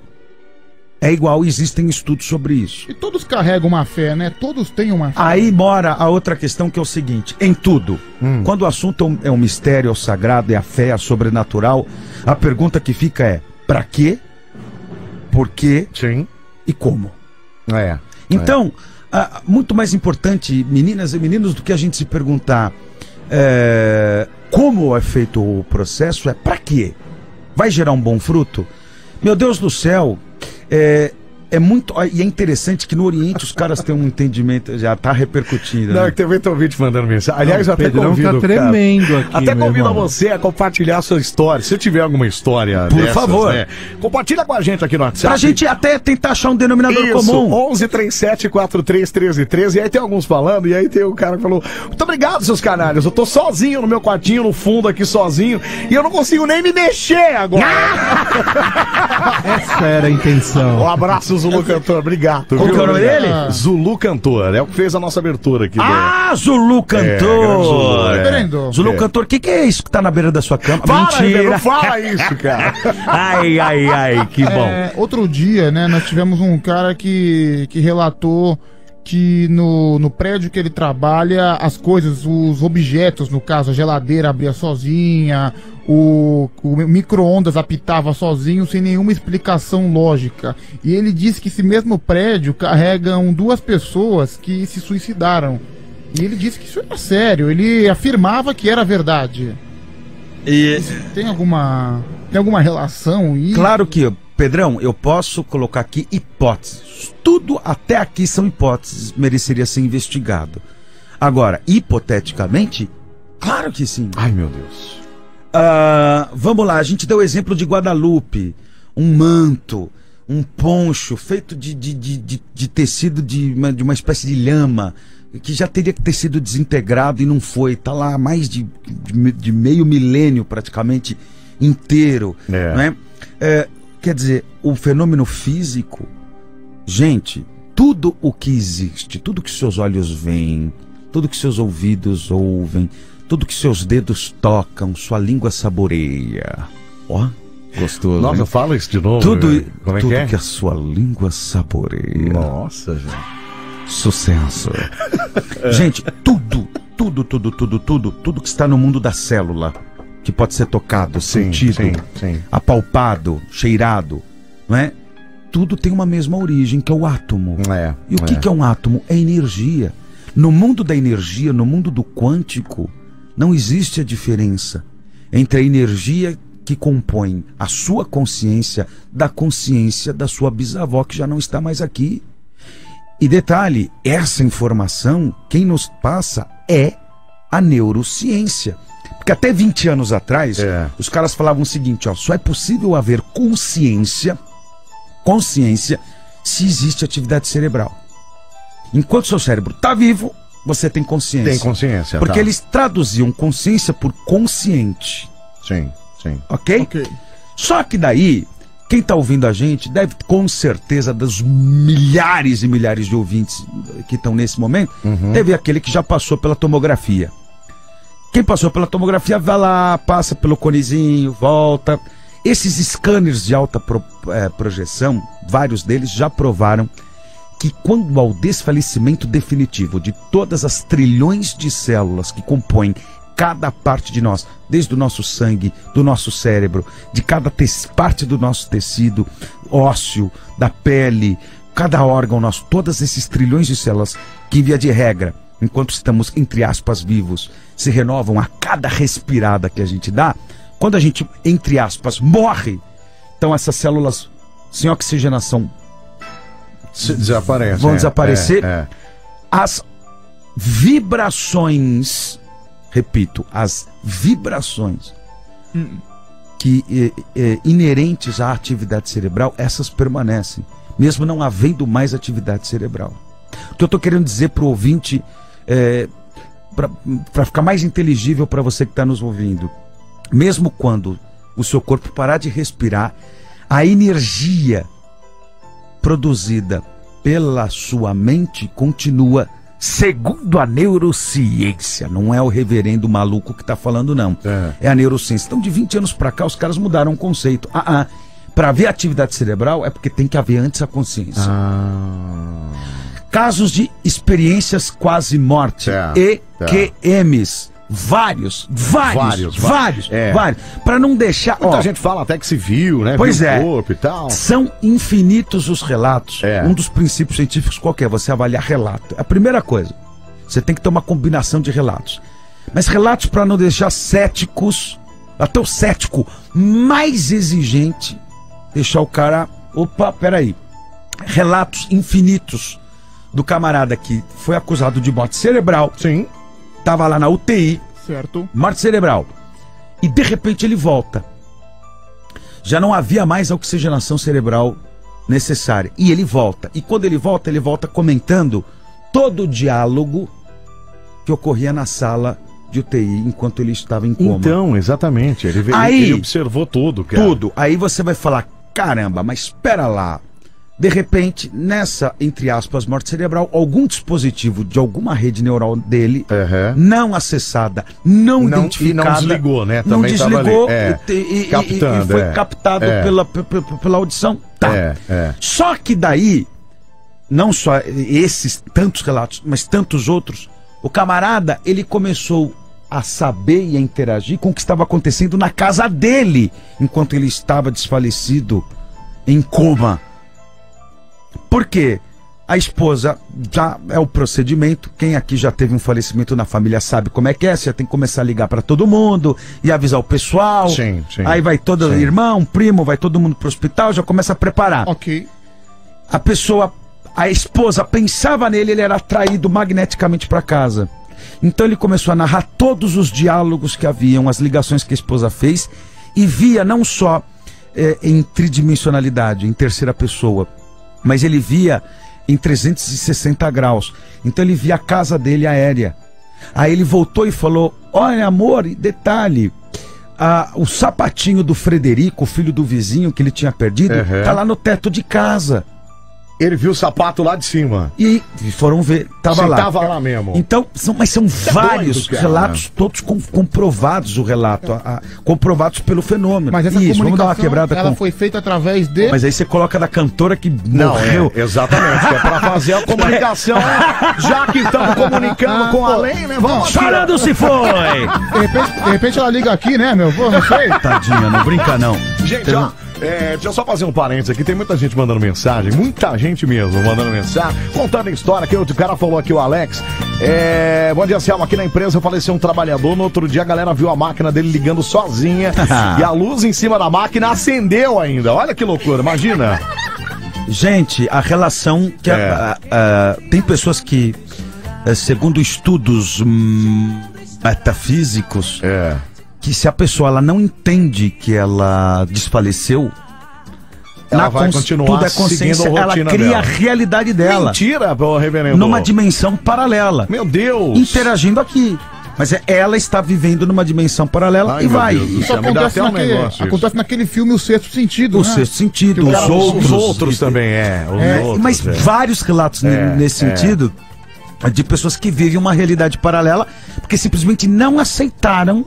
é igual. Existem estudos sobre isso. E todos carregam uma fé, né? Todos têm uma fé. Aí mora a outra questão que é o seguinte: em tudo, quando o assunto é um, é um mistério, é o sagrado, é a fé, é a sobrenatural, a pergunta que fica é: pra quê, por quê Sim. e como? É. Então, ah, muito mais importante, meninas e meninos, do que a gente se perguntar é, como é feito o processo, é pra quê? Vai gerar um bom fruto? Meu Deus do céu, é, é muito. E é interessante que no Oriente os caras têm um entendimento, já tá repercutindo. Não, né? é que tem muito ouvinte mandando mensagem. Aliás, eu até Pedrão convido, tá tremendo cara, aqui, Até meu convido a irmão. você a compartilhar a sua história. Se tiver alguma história Por dessas, favor. né? Compartilha com a gente aqui no WhatsApp. Pra gente até tentar achar um denominador Isso, comum. 11 37 43 13 13. E aí tem alguns falando, e aí tem o cara que falou: Muito obrigado, seus canalhas. Eu tô sozinho no meu quartinho, no fundo aqui sozinho, e eu não consigo nem me mexer Ah! agora. Essa era a intenção. Um abraço, Zulu Cantor. Obrigado. Qual viu? que é o nome dele? Zulu Cantor. É o que fez a nossa abertura aqui. né? Ah, Zulu grande Zulu, Cantor! é. Reverendo. Zulu É. Cantor, o que, que é isso que tá na beira da sua cama? Para, Ribeiro, não fala isso, cara. Ai, ai, ai, que Tá bom. É, outro dia, né, nós tivemos um cara que, que relatou que no, no prédio que ele trabalha, as coisas, os objetos, no caso, a geladeira abria sozinha, o, o micro-ondas apitava sozinho, sem nenhuma explicação lógica. E ele disse que esse mesmo prédio carregam duas pessoas que se suicidaram. E ele disse que isso era sério, ele afirmava que era verdade. E- Tem alguma. Tem alguma relação? isso? Claro que, Pedrão, eu posso colocar aqui hipóteses. Tudo até aqui são hipóteses, mereceria ser investigado. Agora, hipoteticamente, claro que sim. Ai, meu Deus. Ah, vamos lá, a gente deu o exemplo de Guadalupe. Um manto, um poncho feito de, de, de, de- de tecido de uma, de uma espécie de lama, que já teria que ter sido desintegrado e não foi. Tá lá há mais de, de me- de meio milênio praticamente inteiro. É. Né? É, quer dizer, o fenômeno físico, gente, tudo o que existe, tudo que seus olhos veem, tudo que seus ouvidos ouvem, tudo que seus dedos tocam, sua língua saboreia. Ó, gostoso. Nossa, hein? fala isso de novo. tudo velho. Como é tudo que é? que a sua língua saboreia. Nossa, gente. (laughs) Sucesso. É. Gente, tudo, tudo, tudo, tudo, tudo, tudo que está no mundo da célula, que pode ser tocado, Sim, sentido, sim, sim. apalpado, cheirado, não é? Tudo tem uma mesma origem, que é o átomo. É, E o que, que é um átomo? É energia. No mundo da energia, no mundo do quântico, não existe a diferença entre a energia que compõe a sua consciência da consciência da sua bisavó que já não está mais aqui. E detalhe, essa informação quem nos passa é a neurociência. Porque até 20 anos atrás, É. os caras falavam o seguinte, ó, só é possível haver consciência, consciência se existe atividade cerebral. Enquanto seu cérebro está vivo, você tem consciência. Tem consciência. é Porque tá. eles traduziam consciência por consciente, Sim, sim. ok? Só que daí, quem tá ouvindo a gente deve, com certeza, dos milhares e milhares de ouvintes eh, que estão nesse momento, teve aquele que já passou pela tomografia. Quem passou pela tomografia vai lá, passa pelo conezinho, volta. Esses scanners de alta pro- eh, projeção, vários deles já provaram que quando ao desfalecimento definitivo de todas as trilhões de células que compõem cada parte de nós, desde o nosso sangue, do nosso cérebro, de cada tes- parte do nosso tecido ósseo, da pele, cada órgão nosso, todas esses trilhões de células que via de regra, enquanto estamos entre aspas vivos, se renovam a cada respirada que a gente dá, quando a gente entre aspas morre, então essas células sem oxigenação Se desaparece. Vão é, desaparecer. É, as vibrações, repito, as vibrações que é, é, inerentes à atividade cerebral, essas permanecem, mesmo não havendo mais atividade cerebral. O que eu estou querendo dizer para o ouvinte, para ficar mais inteligível para você que está nos ouvindo, mesmo quando o seu corpo parar de respirar, a energia produzida pela sua mente continua segundo a neurociência. Não é o reverendo maluco que tá falando, não. É. a neurociência. Então, de 20 anos para cá, os caras mudaram o conceito. Ah, ah. Para ver a atividade cerebral é porque tem que haver antes a é. consciência. Ah. Casos de experiências quase morte, Tá, tá. EQMs. Vários, vários, Vários, vários, vários. vários. É. Para não deixar. Muita ó, gente fala até que se viu, né? Pois viu é. O corpo e tal. são infinitos os relatos. É. Um dos princípios científicos qual que é? Você avaliar relato. A primeira coisa, você tem que ter uma combinação de relatos. Mas relatos para não deixar céticos, até o cético mais exigente, deixar o cara, opa, peraí. Relatos infinitos do camarada que foi acusado de morte cerebral, Sim. tava lá na UTI, Certo. morte cerebral. E de repente ele volta. Já não havia mais a oxigenação cerebral necessária. E ele volta. E quando ele volta, ele volta comentando todo o diálogo que ocorria na sala de UTI enquanto ele estava em coma. Então, exatamente. Ele, veio, Aí- ele observou tudo, cara. Tudo. Aí você vai falar: caramba, mas espera lá. De repente, nessa, entre aspas, morte cerebral, algum dispositivo de alguma rede neural dele Aham. não acessada, não, É. Não- e identificada. não desligou, né? Não Também tava ali. desligou É, e, e- e- captando, e foi é. captado É. Pela, pe- pe- pela audição. Tá. É, é. Só que daí, não só esses tantos relatos, mas tantos outros, o camarada, ele começou a saber e a interagir com o que estava acontecendo na casa dele, enquanto ele estava desfalecido em coma. Por quê? A esposa já é o procedimento. Quem aqui já teve um falecimento na família sabe como é que é. Você tem que começar a ligar para todo mundo e avisar o pessoal. Sim, sim. Aí vai todo Sim. irmão, primo, vai todo mundo pro hospital, já começa a preparar. Ok. A pessoa, a esposa pensava nele, ele era atraído magneticamente para casa. Então ele começou a narrar todos os diálogos que haviam, as ligações que a esposa fez é, e via não só eh, em tridimensionalidade, em terceira pessoa, mas ele via em 360 graus. Então ele via a casa dele aérea. Aí ele voltou e falou: Olha, amor, e detalhe. ah, o sapatinho do Frederico, o filho do vizinho que ele tinha perdido, Uhum. tá lá no teto de casa. Ele viu o sapato lá de cima. E foram ver, tava Você lá. tava lá mesmo. Então, são, mas são Tá vários doido, cara. relatos, todos com- comprovados o relato, a- a- comprovados pelo fenômeno. Mas essa Isso, vamos dar comunicação, uma quebrada ela com... foi feita através de... Mas aí você coloca da cantora que Não, morreu. é, exatamente. que É pra fazer (laughs) a comunicação. né? Já que estamos comunicando com a lei, né? é. Vamos aqui, ó. Chorando se foi! De, repente, de repente ela liga aqui, né, meu? Pô, não sei. (laughs) Tadinha, não brinca não. Gente, ó, é, deixa eu só fazer um parênteses aqui. Tem muita gente mandando mensagem, muita gente mesmo mandando mensagem, contando a história. Que outro cara falou aqui, o Alex. É, bom dia, Selma. Aqui na empresa faleceu um trabalhador. No outro dia a galera viu a máquina dele ligando sozinha (laughs) e a luz em cima da máquina acendeu ainda. Olha que loucura, imagina. Gente, a relação que a- É. a- a- tem pessoas que, eh, segundo estudos hum, metafísicos, É. que se a pessoa ela não entende que ela desfaleceu, Ela vai continuar tudo é seguindo consciência, a ela rotina cria dela. a realidade dela Mentira, pô, reverendo. numa dimensão paralela, Meu Deus. interagindo aqui. Mas é- ela está vivendo numa dimensão paralela Ai, e meu vai. Deus do Isso céu, me dá acontece, até um naquele, negócio isso. acontece naquele filme O Sexto Sentido, O né? sexto sentido, os Os outros, outros. também, é. Os É, outros, mas é. vários relatos ne- É, nesse é. sentido de pessoas que vivem uma realidade paralela porque simplesmente não aceitaram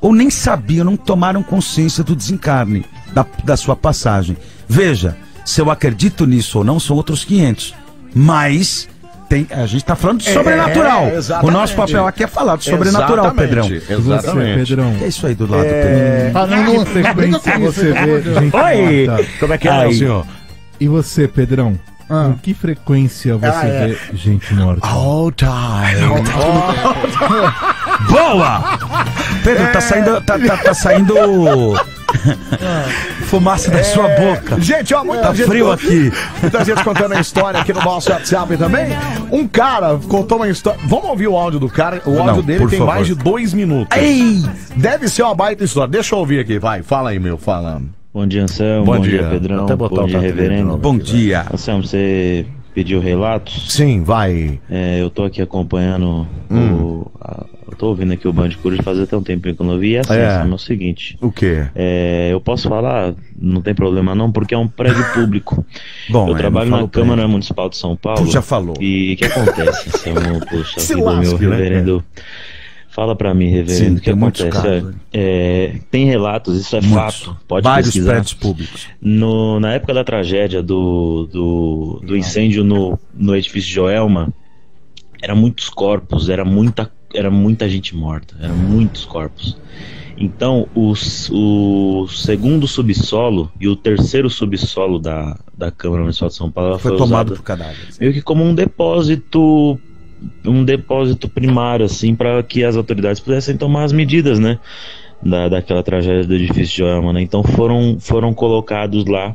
ou nem sabiam, não tomaram consciência do desencarne, da, da sua passagem. Veja, se eu acredito nisso ou não, são outros 500. Mas tem, a gente está falando de sobrenatural. o É, exatamente. nosso papel aqui é falar de sobrenatural, Pedrão. E Você, Exatamente. É, Pedrão. É isso aí do lado, Ah, não, não, Você não brinca com pensa, isso, você pelo amor vê de Deus. gente Oi. morta. Como é que é, Aí. senhor? E você, Pedrão? Ah. Com que frequência você Ah, é. vê gente morta? All time. Pedrão. Boa! Pedro, tá saindo. Tá, tá- tá (laughs) saindo. Fumaça da sua boca. Gente, ó, muita Tá gente. frio aqui. Muita gente contando a história aqui no nosso WhatsApp também. Um cara contou uma história. Vamos ouvir o áudio do cara. O áudio Não, dele por tem favor. mais de dois minutos. Ei! Deve ser uma baita história. Deixa eu ouvir aqui, vai. Fala aí, meu. Fala. Bom dia, Anselmo. Bom Bom, dia. dia. Pedrão. Até botar Bom o dia, Pedrão de novo. Reverendo. Bom dia. Anselmo, você pediu relatos. Sim, vai. É, eu tô aqui acompanhando. Hum. O, a- eu tô ouvindo aqui o Band Coruja faz até um tempinho que eu não vi. E é assim, É. Anselmo, é o seguinte. O quê? É, eu posso falar, não tem problema não, porque é um prédio (laughs) público. Bom, eu é, trabalho não na falo pra Câmara Municipal de São Paulo. Tu já falou. E o que acontece, (laughs) Anselmo? Poxa, Se vida, meu lasque, né, reverendo. Fala pra mim, Sim, reverendo, o que tem muitos acontece? casos, né? É, é, tem relatos, isso é Muitos. fato. Pode Vários pesquisar. prédios públicos. No- na época da tragédia do, do, do incêndio no, no edifício Joelma, eram muitos corpos, era muita, era muita gente morta, eram muitos corpos. Então, os, o segundo subsolo e o terceiro subsolo da, da Câmara Municipal de São Paulo ela Foi, foi, tomado usada por cadáveres. meio que como um depósito um depósito primário assim para que as autoridades pudessem tomar as medidas né da, daquela tragédia do edifício Joelma né então foram foram colocados lá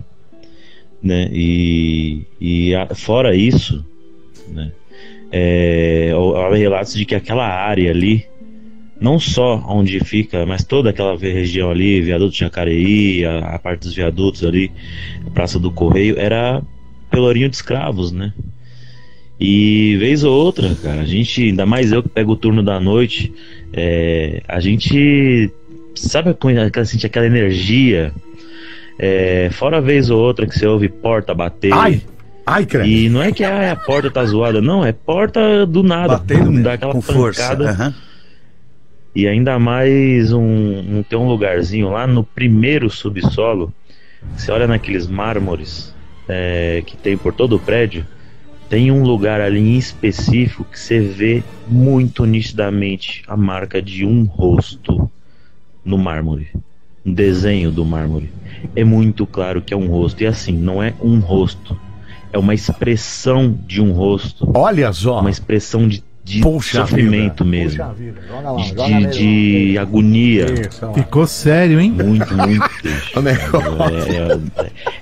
né e, e a- fora isso né é, o- há relatos de que aquela área ali não só onde fica, mas toda aquela região ali, viaduto Jacareí, a, a parte dos viadutos ali, Praça do Correio, era pelourinho de escravos, né? E vez ou outra, cara, a gente, ainda mais eu que pego o turno da noite, é, a gente sabe quando aquela, sente aquela energia. É, fora vez ou outra que você ouve porta bater. Ai! Ai, credo. E não é que ah, a porta tá zoada, não, é porta do nada, Batendo pum, mesmo, dá aquela com força. um pancada. aham. E ainda mais um, um- tem um lugarzinho lá no primeiro subsolo. Você olha naqueles mármores é, que tem por todo o prédio. Tem um lugar ali em específico que você vê muito nitidamente a marca de um rosto no mármore. Um desenho do mármore. É muito claro que é um rosto. E assim, não é um rosto. É uma expressão de um rosto. Olha só. Uma expressão de, de Poxa sofrimento mesmo Puxa vida, joga Ah, lá, de, joga de- mesmo. de agonia. Isso, olha lá. Ficou sério, hein? Muito, muito (laughs) triste.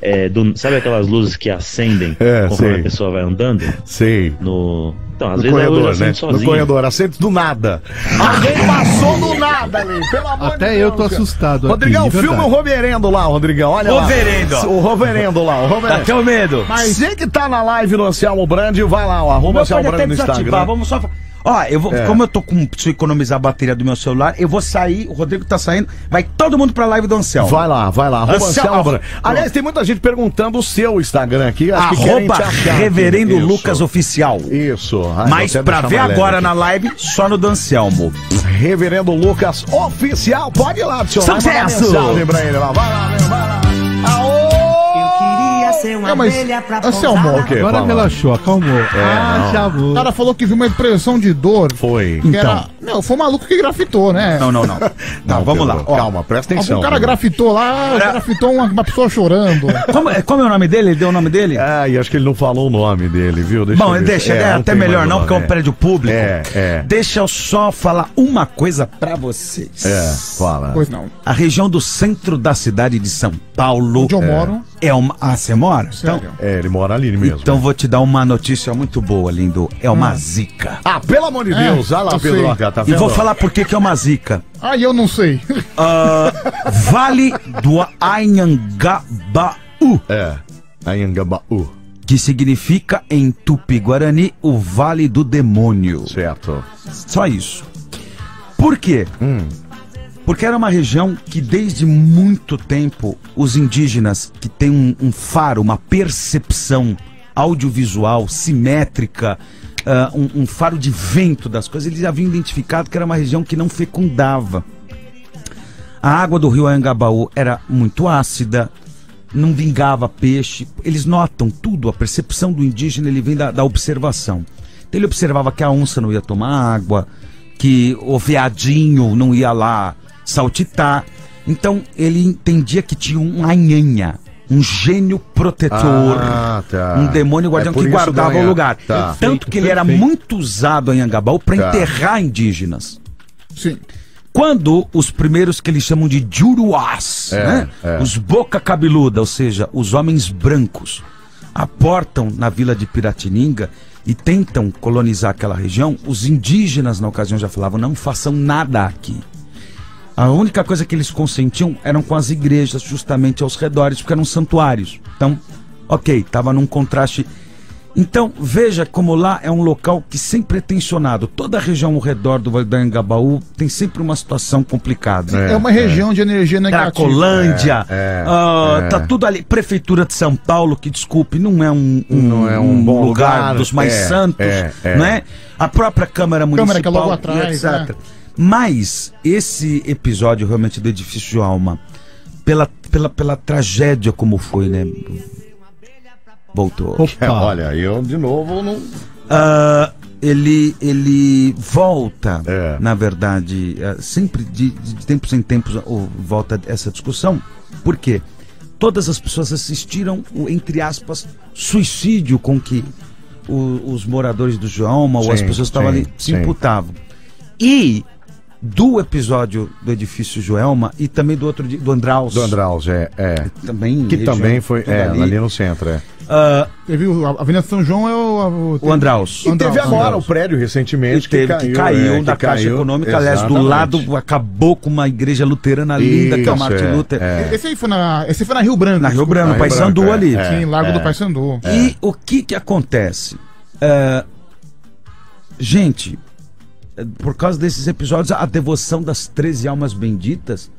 É, é, é, do- sabe aquelas luzes que acendem É, conforme sei. a pessoa vai andando? Sei. No, Então, às No vezes eu corredor, já né? sento No sozinho. corredor, assento do nada. Alguém passou do nada ali, pelo amor de Até Deus. eu tô cara. assustado. aqui, Rodrigão, de filma o verdade. Roverendo lá, Rodrigão. Olha lá. Roverendo, ó. O Roverendo lá, o Roverendo. o medo. Mas você que tá na live do Anselmo Brandi, vai lá, ó, arroba Mas pode Anselmo até Brandi no é desativar, Instagram. vamos só. fa- Ó, eu vou, É. como eu tô com. Preciso economizar a bateria do meu celular, eu vou sair, o Rodrigo tá saindo, vai todo mundo pra live do Anselmo. Vai lá, vai lá, arroba Anselmo- Anselmo Brandi. Aliás, tem muita gente perguntando o seu Instagram aqui. acho que querem te Arroba achar aqui. Reverendo Isso, Lucas Oficial. Isso. Ah, Mas eu até pra deixava ver leve agora aqui. na live, só no do Anselmo. Reverendo Lucas Oficial. Pode ir lá, senhor. Sucesso! Salve pra ele lá. Vai lá, meu, vai lá. queria ser uma um- Não, mas, abelha pra Anselmo, pousar o quê? Agora Fala. relaxou, acalmou. não. ah, já vou. O cara falou que viu uma expressão de dor. Foi. Que era... Não, foi o maluco que grafitou, né? (laughs) Não, não, não. Tá, Não, vamos lá. ó. Calma, presta atenção. o cara Pedro. grafitou lá, grafitou uma, uma pessoa chorando. Como, é- como é o nome dele? Ele deu o nome dele? Ah, e acho que ele não falou o nome dele, viu? Deixa Bom, eu ver. deixa, É, é, não até tem melhor mais não, nome, porque é um é. prédio público. É, é. Deixa eu só falar uma coisa pra vocês. É, fala. pois não. A região do centro da cidade de São Paulo Onde eu moro. é uma. Ah, você mora? Então, Sério. É, ele mora ali mesmo. então vou te dar uma notícia muito boa, lindo. É uma zica. Ah, pelo amor de É, Deus, olha lá, eu sei. Pedroca, tá E vendo? vou falar por que que é uma zica. Ah, e eu não sei. (laughs) Ah, (laughs) vale do Anhangabaú, É, aí em Gambaú, que significa em Tupi-Guarani o Vale do Demônio. certo. Só isso. Por quê? Porque era uma região que desde muito tempo os indígenas que têm um, um faro, uma percepção audiovisual simétrica, ah, um, um faro de vento das coisas, eles haviam identificado que era uma região que não fecundava. A água do rio Anhangabaú era muito ácida, não vingava peixe. Eles notam tudo, a percepção do indígena ele vem da, da observação. Então ele observava que a onça não ia tomar água, que o veadinho não ia lá saltitar. Então ele entendia que tinha um anhanha, um gênio protetor. Ah, tá. Um demônio guardião É por que isso guardava ganha. o lugar. Tá. Tanto que ele era perfeito. muito usado em Angabaú para Tá. enterrar indígenas Sim. quando os primeiros que eles chamam de juruás, É, né? é. Os boca cabeluda, ou seja, os homens brancos, aportam na vila de Piratininga e tentam colonizar aquela região, os indígenas na ocasião já falavam, não façam nada aqui. A única coisa que eles consentiam eram com as igrejas, justamente aos redores, porque eram santuários. Então, ok, estava num contraste. Então, veja como lá é um local que sempre é tensionado. Toda a região ao redor do Vale do Anhangabaú tem sempre uma situação complicada. É, uma região de energia negativa. Cracolândia, É, é, ah, é. tá tudo ali. Prefeitura de São Paulo, que desculpe, não é um, um- Não é um bom lugar, lugar, dos mais é, santos, é, é. né? A própria Câmara Câmara Municipal, que é logo e atrás, etc. né? Mas esse episódio realmente do Edifício de Alma, pela, pela, pela tragédia como foi, né? Voltou. É, Opa. olha, eu de novo não. Ah, ele, ele volta, É. na verdade, ah, sempre de, de tempos em tempos ou volta essa discussão, porque todas as pessoas assistiram o, entre aspas, suicídio com que o- os moradores do Joelma ou as Sim, pessoas que estavam sim, ali se sim. imputavam. E do episódio do edifício Joelma e também do outro, de- do Andraus. Do Andraus, é. é. Também, Que região, também foi. tudo É, ali. ali. no centro, é. Ah, Teve o- a Avenida São João é o. a- o- o Andraus. E teve Andraus, agora Andraus. o prédio Ele recentemente teve que caiu, é, que da Caixa caiu, Econômica. Aliás, do exatamente. lado acabou com uma igreja luterana linda, que é Isso, o Martin é, Luther. é. Esse aí foi na. Esse foi na Rio Branco. Na Rio desculpa. Branco, Rio Paysandu Branco, é, ali. é. Sim, Lago é. do Paissandu. E o que que acontece? É, gente, é, por causa desses episódios, a devoção das 13 almas benditas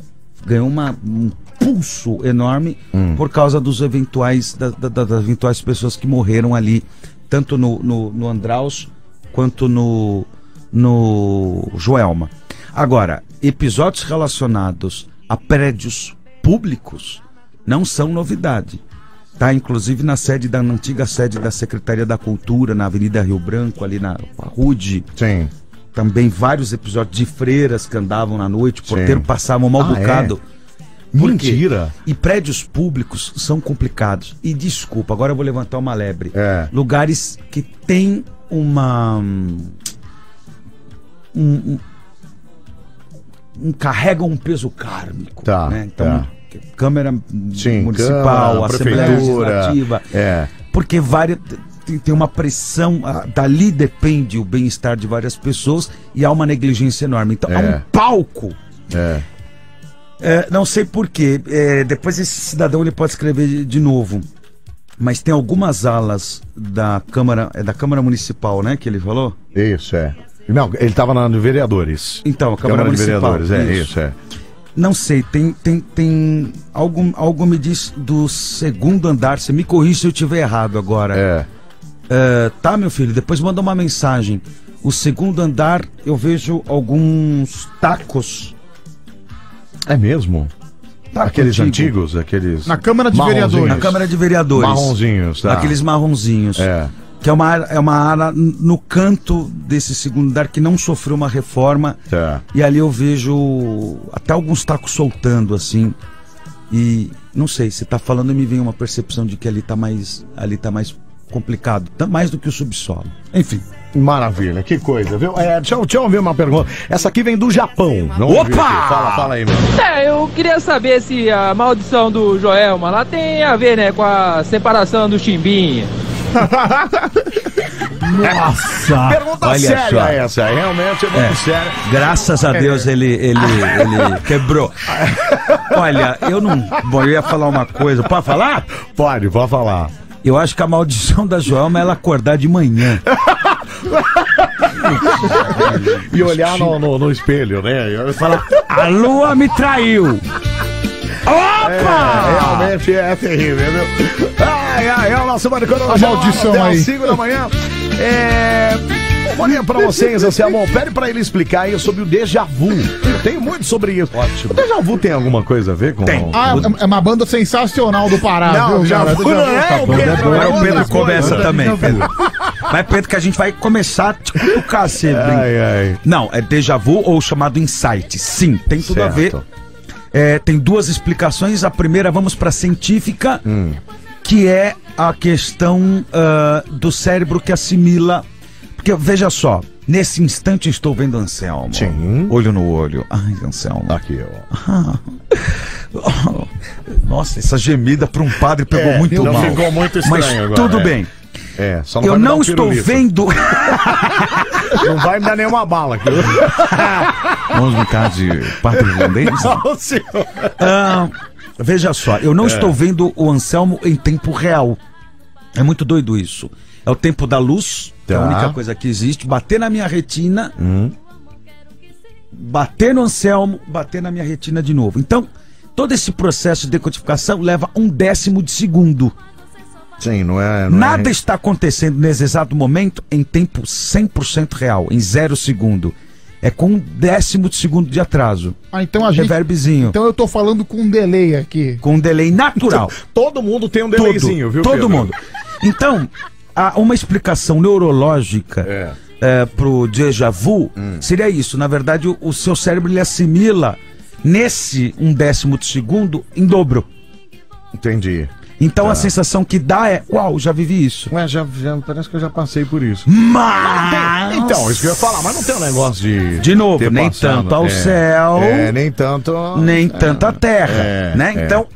ganhou uma- um pulso enorme por causa dos eventuais da- da- da- das eventuais pessoas que morreram ali, tanto no, no, no Andraus quanto no, no Joelma. Agora, episódios relacionados a prédios públicos não são novidade. Tá, inclusive na sede da na antiga sede da Secretaria da Cultura, na Avenida Rio Branco, ali na Rude. Sim. Também vários episódios de freiras que andavam na noite, o porteiro Sim. passava um mal Ah, bocado. Por quê? Mentira. E prédios públicos são complicados. E desculpa, agora eu vou levantar uma lebre. É. Lugares que tem uma. um- um- um- carregam um peso kármico. Tá, né? Então, tá. Câmara Sim, Municipal, Câmara, Assembleia Prefeitura, Legislativa. É. Porque várias. tem, tem uma pressão, ah, dali depende o bem-estar de várias pessoas e há uma negligência enorme. Então, é, É. um palco. É. É, não sei porquê. depois esse cidadão ele pode escrever de- de novo. Mas tem algumas alas da Câmara, é da Câmara Municipal, né, que ele falou? Isso, é. Não, ele tava na de vereadores. Então, a Câmara, Câmara de Municipal. Vereadores, é isso, é. Não sei, tem, tem, tem algo, algo me diz do segundo andar. Você me corrige se eu tiver errado agora. É. É, tá, meu filho, depois manda uma mensagem. O segundo andar, eu vejo alguns tacos. É mesmo? Taco aqueles antigo. antigos, aqueles. Na Câmara de marronzinhos. Vereadores. Na Câmara de Vereadores. Marronzinhos, tá. Aqueles marronzinhos. É. Que é uma, área- é uma área no canto desse segundo andar que não sofreu uma reforma. Tá. E ali eu vejo até alguns tacos soltando, assim. E não sei, você tá falando e me vem uma percepção de que ali tá mais. Ali tá mais complicado. Tá mais do que o subsolo. Enfim. Maravilha, que coisa, viu? É, deixa, eu- deixa eu ver uma pergunta. Essa aqui vem do Japão. Vamos Opa! ver aqui. Fala, fala aí, meu. É, eu queria saber se a maldição do Joelma lá tem a ver, né, com a separação do Chimbinha. Nossa! Pergunta Olha séria só. essa, realmente é muito É. séria. Graças a Deus (laughs) ele, ele, ele quebrou. Olha, eu não. Bom, eu ia falar uma coisa. Pode falar? Pode, pode falar. Eu acho que a maldição da Joelma é ela acordar de manhã. E olhar no, no- no espelho, né? E falar, A lua me traiu! Opa! É, realmente é terrível, viu? Ai, ai, é o nosso Maricona. A maldição até aí. às 5 da manhã. É... Vou ler pra vocês, Anselmo. Pede pra ele explicar aí sobre o déjà vu. Eu tenho muito sobre isso. Ótimo. O déjà vu tem alguma coisa a ver com... Tem. Ah, é uma banda sensacional do Pará, viu, cara? vu é o Pedro. Agora o Pedro outra começa coisa. né? é também, Pedro. Mas Pedro que a gente vai começar a te cutucar sempre. hein? Ai, ai. Não, é déjà vu ou chamado insight. Sim, tem tudo a ver. Certo. É, tem duas explicações. A primeira, vamos para científica, Hum. que é a questão ah, do cérebro que assimila. Porque veja só, nesse instante estou vendo Anselmo. Sim. Ah. Olho no olho. Ai, Anselmo. Tá Aqui, ó. Nossa, essa gemida para um padre pegou É, muito não mal. ficou muito Mas estranho agora, tudo é. bem. É, só Eu vai me dar não um estou pirulito. vendo. Não vai me dar nenhuma bala aqui. (laughs) Vamos no caso de padre irlandês? Não, senhor. Ah, veja só, eu É. não estou vendo o Anselmo em tempo real. É muito doido isso. É o tempo da luz, que é a Tá. única coisa que existe. Bater na minha retina. Hum. Bater no Anselmo, bater na minha retina de novo. Então, todo esse processo de decodificação leva um décimo de segundo. Sim, não é... Uhum. não é- Nada está acontecendo nesse exato momento em tempo 100% real, em zero segundo. É com um décimo de segundo de atraso. Ah, então a gente. Reverbzinho. Então eu tô falando com um delay aqui. Com um delay natural. Todo mundo tem um delayzinho, Todo, viu, todo Pedro? mundo. Então, há uma explicação neurológica É. Hum. eh, pro déjà vu seria isso. Na verdade, o, o seu cérebro ele assimila nesse um décimo de segundo em dobro. Entendi. Então Ah. a sensação que dá é, uau, já vivi isso. Ué, já, já parece que eu já passei por isso. Mas... Então, isso que eu ia falar, mas não tem um negócio de. De novo, ter nem tanto ao é. céu. É, nem tanto. nem tanta terra, É, né? é. Então,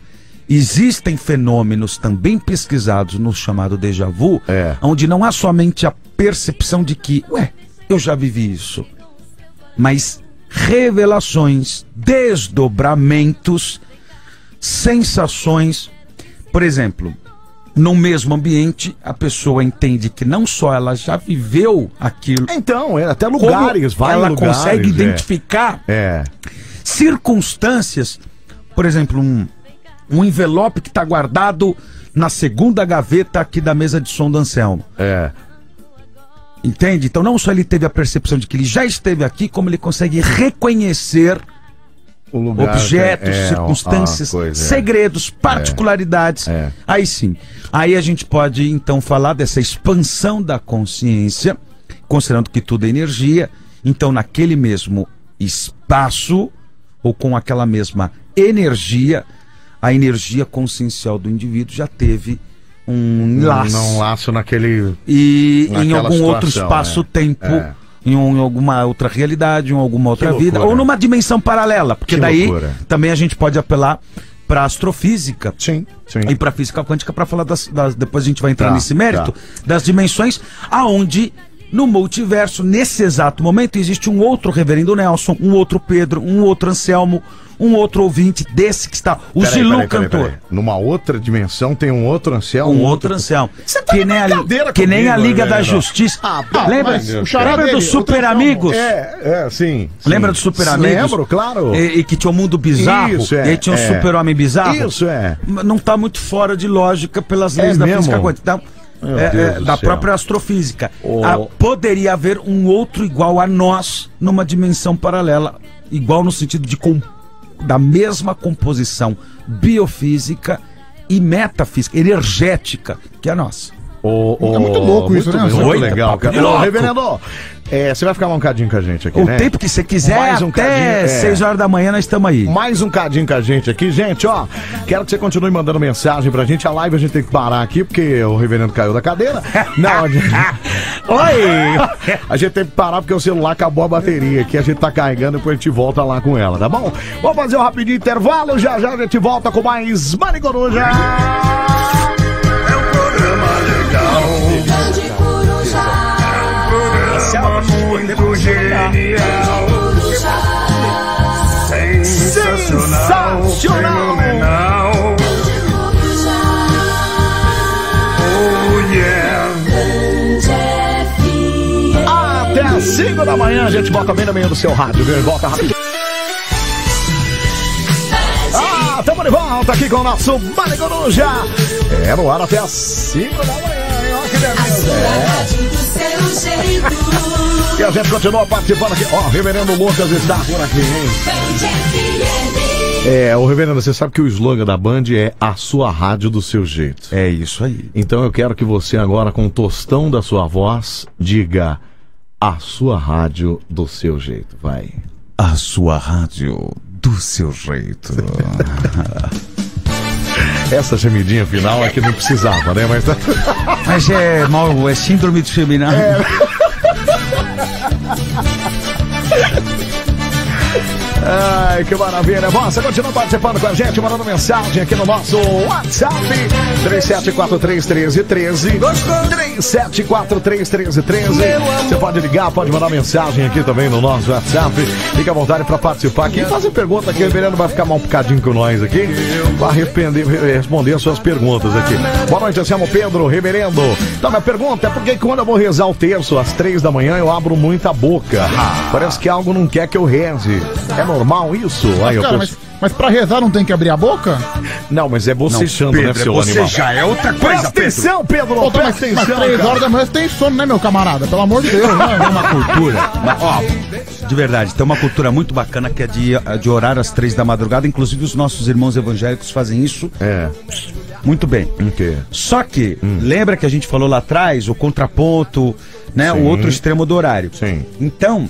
existem fenômenos também pesquisados no chamado déjà vu, É. onde não há somente a percepção de que, ué, eu já vivi isso, mas revelações, desdobramentos, sensações, por exemplo, no mesmo ambiente, a pessoa entende que não só ela já viveu aquilo, Então, é, até como lugares, vai ela lugares, consegue é. identificar É. circunstâncias, por exemplo, um, um envelope que está guardado na segunda gaveta aqui da mesa de som do Anselmo. É. Entende? Então não só ele teve a percepção de que ele já esteve aqui, como ele consegue reconhecer O lugar, objetos, é, circunstâncias, a coisa, é. segredos, particularidades. É. Aí sim. Aí a gente pode então falar dessa expansão da consciência, considerando que tudo é energia. Então, naquele mesmo espaço, ou com aquela mesma energia, a energia consciencial do indivíduo já teve um laço. Não laço naquele. E em Naquela algum outro situação, espaço-tempo. é. Em, um- em alguma outra realidade, em alguma outra Que vida, loucura. ou numa dimensão paralela, porque Que daí loucura. também a gente pode apelar para astrofísica. Sim, sim. E para física quântica para falar das, das- depois a gente vai entrar Tá, nesse mérito tá. das dimensões aonde no multiverso nesse exato momento existe um outro reverendo Nelson, um outro Pedro, um outro Anselmo, um outro ouvinte desse que está o Peraí, Zilu peraí, peraí, cantor. peraí. Numa outra dimensão tem um outro Anselmo. Um outro Anselmo. que nem a, tá brincadeira que nem a comigo, Liga né, da não? Justiça. pá, lembra mas o xará lembra dele, dos o Super Anselmo. Amigos? É, é, sim. sim. Lembra dos Super Amigos? Lembro, claro. E, e que tinha o um mundo bizarro. É. Isso, é, e aí tinha um é. super-homem bizarro. Isso, é. Mas Não tá muito fora de lógica pelas É leis da mesmo? física quântica. Então, Meu é, Deus é, do da céu. própria astrofísica. O- Ah, poderia haver um outro igual a nós numa dimensão paralela. Igual no sentido de com, da mesma composição biofísica e metafísica, energética, que é a nossa. O- o- É muito louco isso, né, Muito, Anselmo? muito Doido, legal, papo de cara. Ô, tá louco. reverendo, é, você vai ficar mais um cadinho com a gente aqui, O né? tempo que você quiser, Mais um cadinho, até é. 6 horas da manhã nós estamos aí. Mais um cadinho com a gente aqui, gente, ó. Quero que você continue mandando mensagem pra gente. A live a gente tem que parar aqui, porque o reverendo caiu da cadeira. Não, a gente... Oi! (laughs) A gente tem que parar porque o celular acabou a bateria aqui. A gente tá carregando, depois a gente volta lá com ela, tá bom? Vamos fazer um rapidinho intervalo, já já a gente volta com mais Mari Coruja. Grande Coruja, Sensacional! Grande Coruja. Grande FM. Até às 5 da manhã a gente volta bem no meio do seu rádio, viu? Volta rapidinho. Ah, tamo de volta aqui com o nosso Mari Coruja. É no ar até às 5 da manhã, hein? Ó, que A beleza. sua rádio do seu jeito. E a gente continua participando aqui. Ó, o reverendo Lucas está por aqui, hein? Grande FM. É, o reverendo, você sabe que o slogan da Band é a sua rádio do seu jeito. É isso aí. Então eu quero que você agora, com o tostão da sua voz, diga a sua rádio do seu jeito. Vai. A sua rádio do seu jeito. Essa gemidinha final é que não precisava, né? Mas (laughs) tá... Mas é mal, é síndrome de feminina. Ai, que maravilha. Bom, Você continua participando com a gente, mandando mensagem aqui no nosso WhatsApp. 37431313. 37431313. Você pode ligar, pode mandar mensagem aqui também no nosso WhatsApp. Fica à vontade para participar aqui. E fazer pergunta aqui. O Reverendo vai ficar mal um bocadinho com nós aqui. Vai arrepender, responder as suas perguntas aqui. Boa noite, eu chamo Pedro, Reverendo. Então, minha pergunta é por que quando eu vou rezar o terço às três da manhã eu abro muita boca? Parece que algo não quer que eu reze. É normal isso? Aí eu Cara, penso- mas, mas pra rezar não tem que abrir a boca? Não, mas é bocejando, né, seu animal? é outra Presta atenção, Pedro! Pô, tá, mas, presta mas atenção, três cara. horas da manhã você tem sono, né, meu camarada? Pelo amor de Deus, né? (laughs) Tem uma cultura, mas, ó, de verdade, tem uma cultura muito bacana que é de, de orar às três da madrugada. Inclusive, os nossos irmãos evangélicos fazem isso É, muito bem. o quê? Só que, Hum. lembra que a gente falou lá atrás, o contraponto, né? O outro extremo do horário. Sim. Então,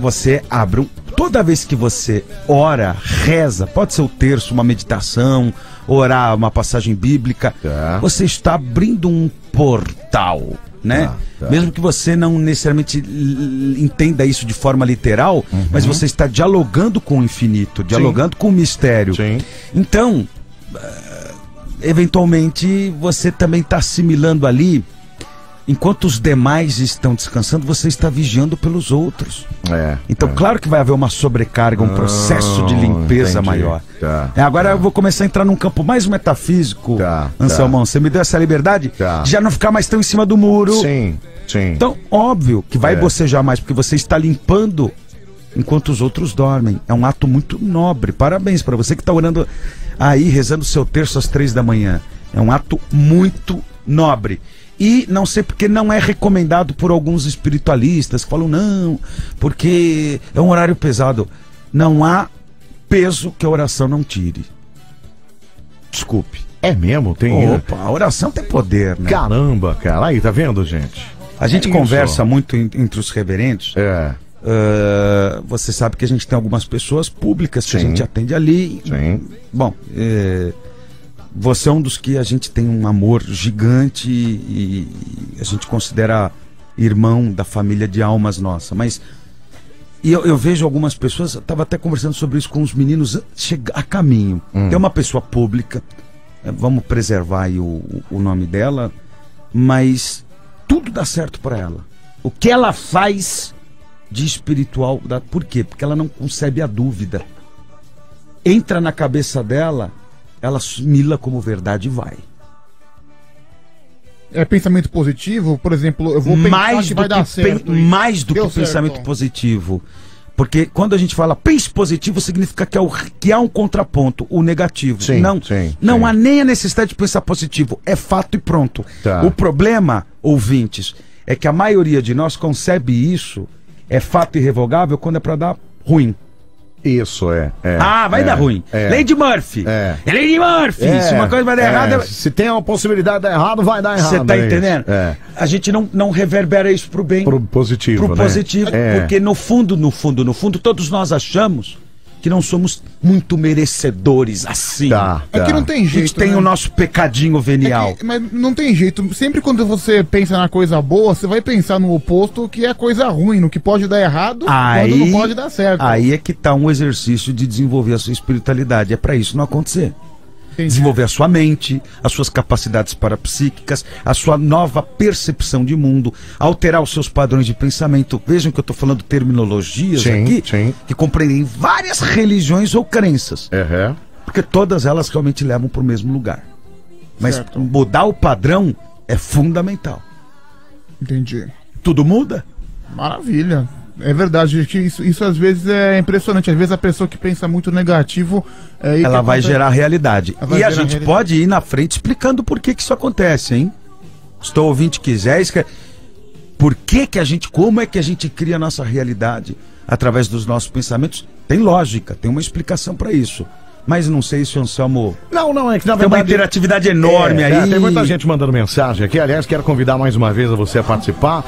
você abre. um- Toda vez que você ora, reza, pode ser o terço, uma meditação, orar uma passagem bíblica, Tá. você está abrindo um portal, né? Tá, tá. Mesmo que você não necessariamente l- entenda isso de forma literal, Uhum. mas você está dialogando com o infinito, dialogando com o mistério. Sim. Então, eh, eventualmente você também está assimilando ali, enquanto os demais estão descansando, você está vigiando pelos outros. É. Ah, Então, claro que vai haver uma sobrecarga, um processo de limpeza entendi. maior. Tá, É, agora eu vou começar a entrar num campo mais metafísico, Tá, Anselmão. Você me deu essa liberdade Tá. de já não ficar mais tão em cima do muro. Sim, sim. Então, óbvio que vai É. bocejar mais, porque você está limpando enquanto os outros dormem. É um ato muito nobre. Parabéns para você que está orando aí, rezando seu terço às três da manhã. É um ato muito nobre. E não sei porque não é recomendado por alguns espiritualistas que falam, não, porque é um horário pesado. Não há peso que a oração não tire. Desculpe. É mesmo? Tem. Opa, a oração tem poder, né? Caramba, cara. Aí, tá vendo, gente? A gente É isso. conversa muito en- entre os reverentes. É. Ah, você sabe que a gente tem algumas pessoas públicas que a Sim. gente atende ali. Sim. Bom, é, você é um dos que a gente tem um amor gigante e, e a gente considera irmão da família de almas nossa. Mas E eu, eu vejo algumas pessoas, eu tava até conversando sobre isso com os meninos chega, a caminho. Tem uma pessoa pública, eh, vamos preservar aí o, o nome dela, mas tudo dá certo para ela. O que ela faz de espiritual, dá- por quê? Porque ela não concebe a dúvida. Entra na cabeça dela, ela mila como verdade e vai. É pensamento positivo, por exemplo, eu vou pensar mais que do vai que dar pen- certo. isso. mais do Deu que pensamento certo. positivo. Porque quando a gente fala pense positivo, significa que, é o- que há um contraponto, o negativo. Sim, não sim, não sim. há nem a necessidade de pensar positivo. É fato e pronto. Tá. O problema, ouvintes, é que a maioria de nós concebe isso, é fato irrevogável, quando é pra dar ruim. Isso, é. é, ah, vai é, dar ruim. É. Lady Murphy. É. Lady Murphy. É, Se uma coisa vai dar é, errada, Se tem uma possibilidade de dar errado, vai dar errado. você tá é isso. entendendo? É. A gente não, não reverbera isso pro bem Pro positivo. pro né? positivo, É. porque no fundo, no fundo, no fundo, todos nós achamos que não somos muito merecedores assim. Tá, É que tá. não tem A gente jeito. tem né? o nosso pecadinho venial. É que- mas não tem jeito. Sempre quando você pensa na coisa boa, você vai pensar no oposto, que é coisa ruim, no que pode dar errado, quando não pode dar certo. Aí é que tá um exercício de desenvolver a sua espiritualidade. É pra isso não acontecer. Entendi. Desenvolver a sua mente, as suas capacidades parapsíquicas, a sua nova percepção de mundo, alterar os seus padrões de pensamento. Vejam que eu tô falando terminologias Sim, aqui sim. que compreendem várias religiões ou crenças. Uhum. Porque todas elas realmente levam para o mesmo lugar. Mas mudar o padrão é fundamental. Entendi. Tudo muda? Maravilha. É verdade, gente. Isso, isso às vezes é impressionante. Às vezes a pessoa que pensa muito negativo. é, e Ela que vai acontece- gerar realidade. Ela vai e a gerar gente realidade. pode ir na frente explicando por que, que isso acontece, hein? Estou ouvinte quiser, esque- por que, que a gente, como é que a gente cria a nossa realidade através dos nossos pensamentos? Tem lógica, tem uma explicação para isso. Mas não sei se o Anselmo Não, não, é que na tem uma verdade. interatividade enorme É, aí. é, tem muita gente mandando mensagem aqui. Aliás, quero convidar mais uma vez a você a participar.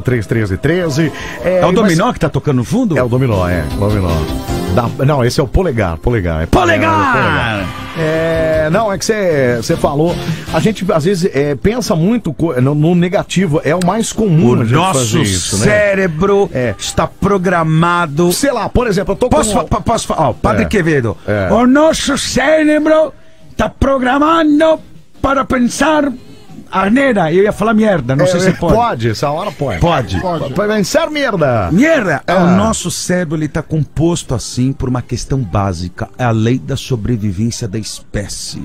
37431313. É o dominó que tá tocando no fundo? É o dominó, é. Dominó. Da- não, esse é o polegar, polegar. É Polegar! É, não, é que você você falou. A gente às vezes é, pensa muito co- no, no negativo. É o mais comum O a gente nosso fazer isso, né? cérebro É. está programado. Sei lá, por exemplo, eu tô Posso, com... fa- pa- posso falar? Ó, Padre É. Quevedo. É. O nosso cérebro está programado para pensar arneira. Eu ia falar merda, não É, sei se é, pode. pode, essa hora pode. Pode. é Pode. Vai vencer merda. Merda! É. O nosso cérebro ele está composto assim por uma questão básica: é a lei da sobrevivência da espécie.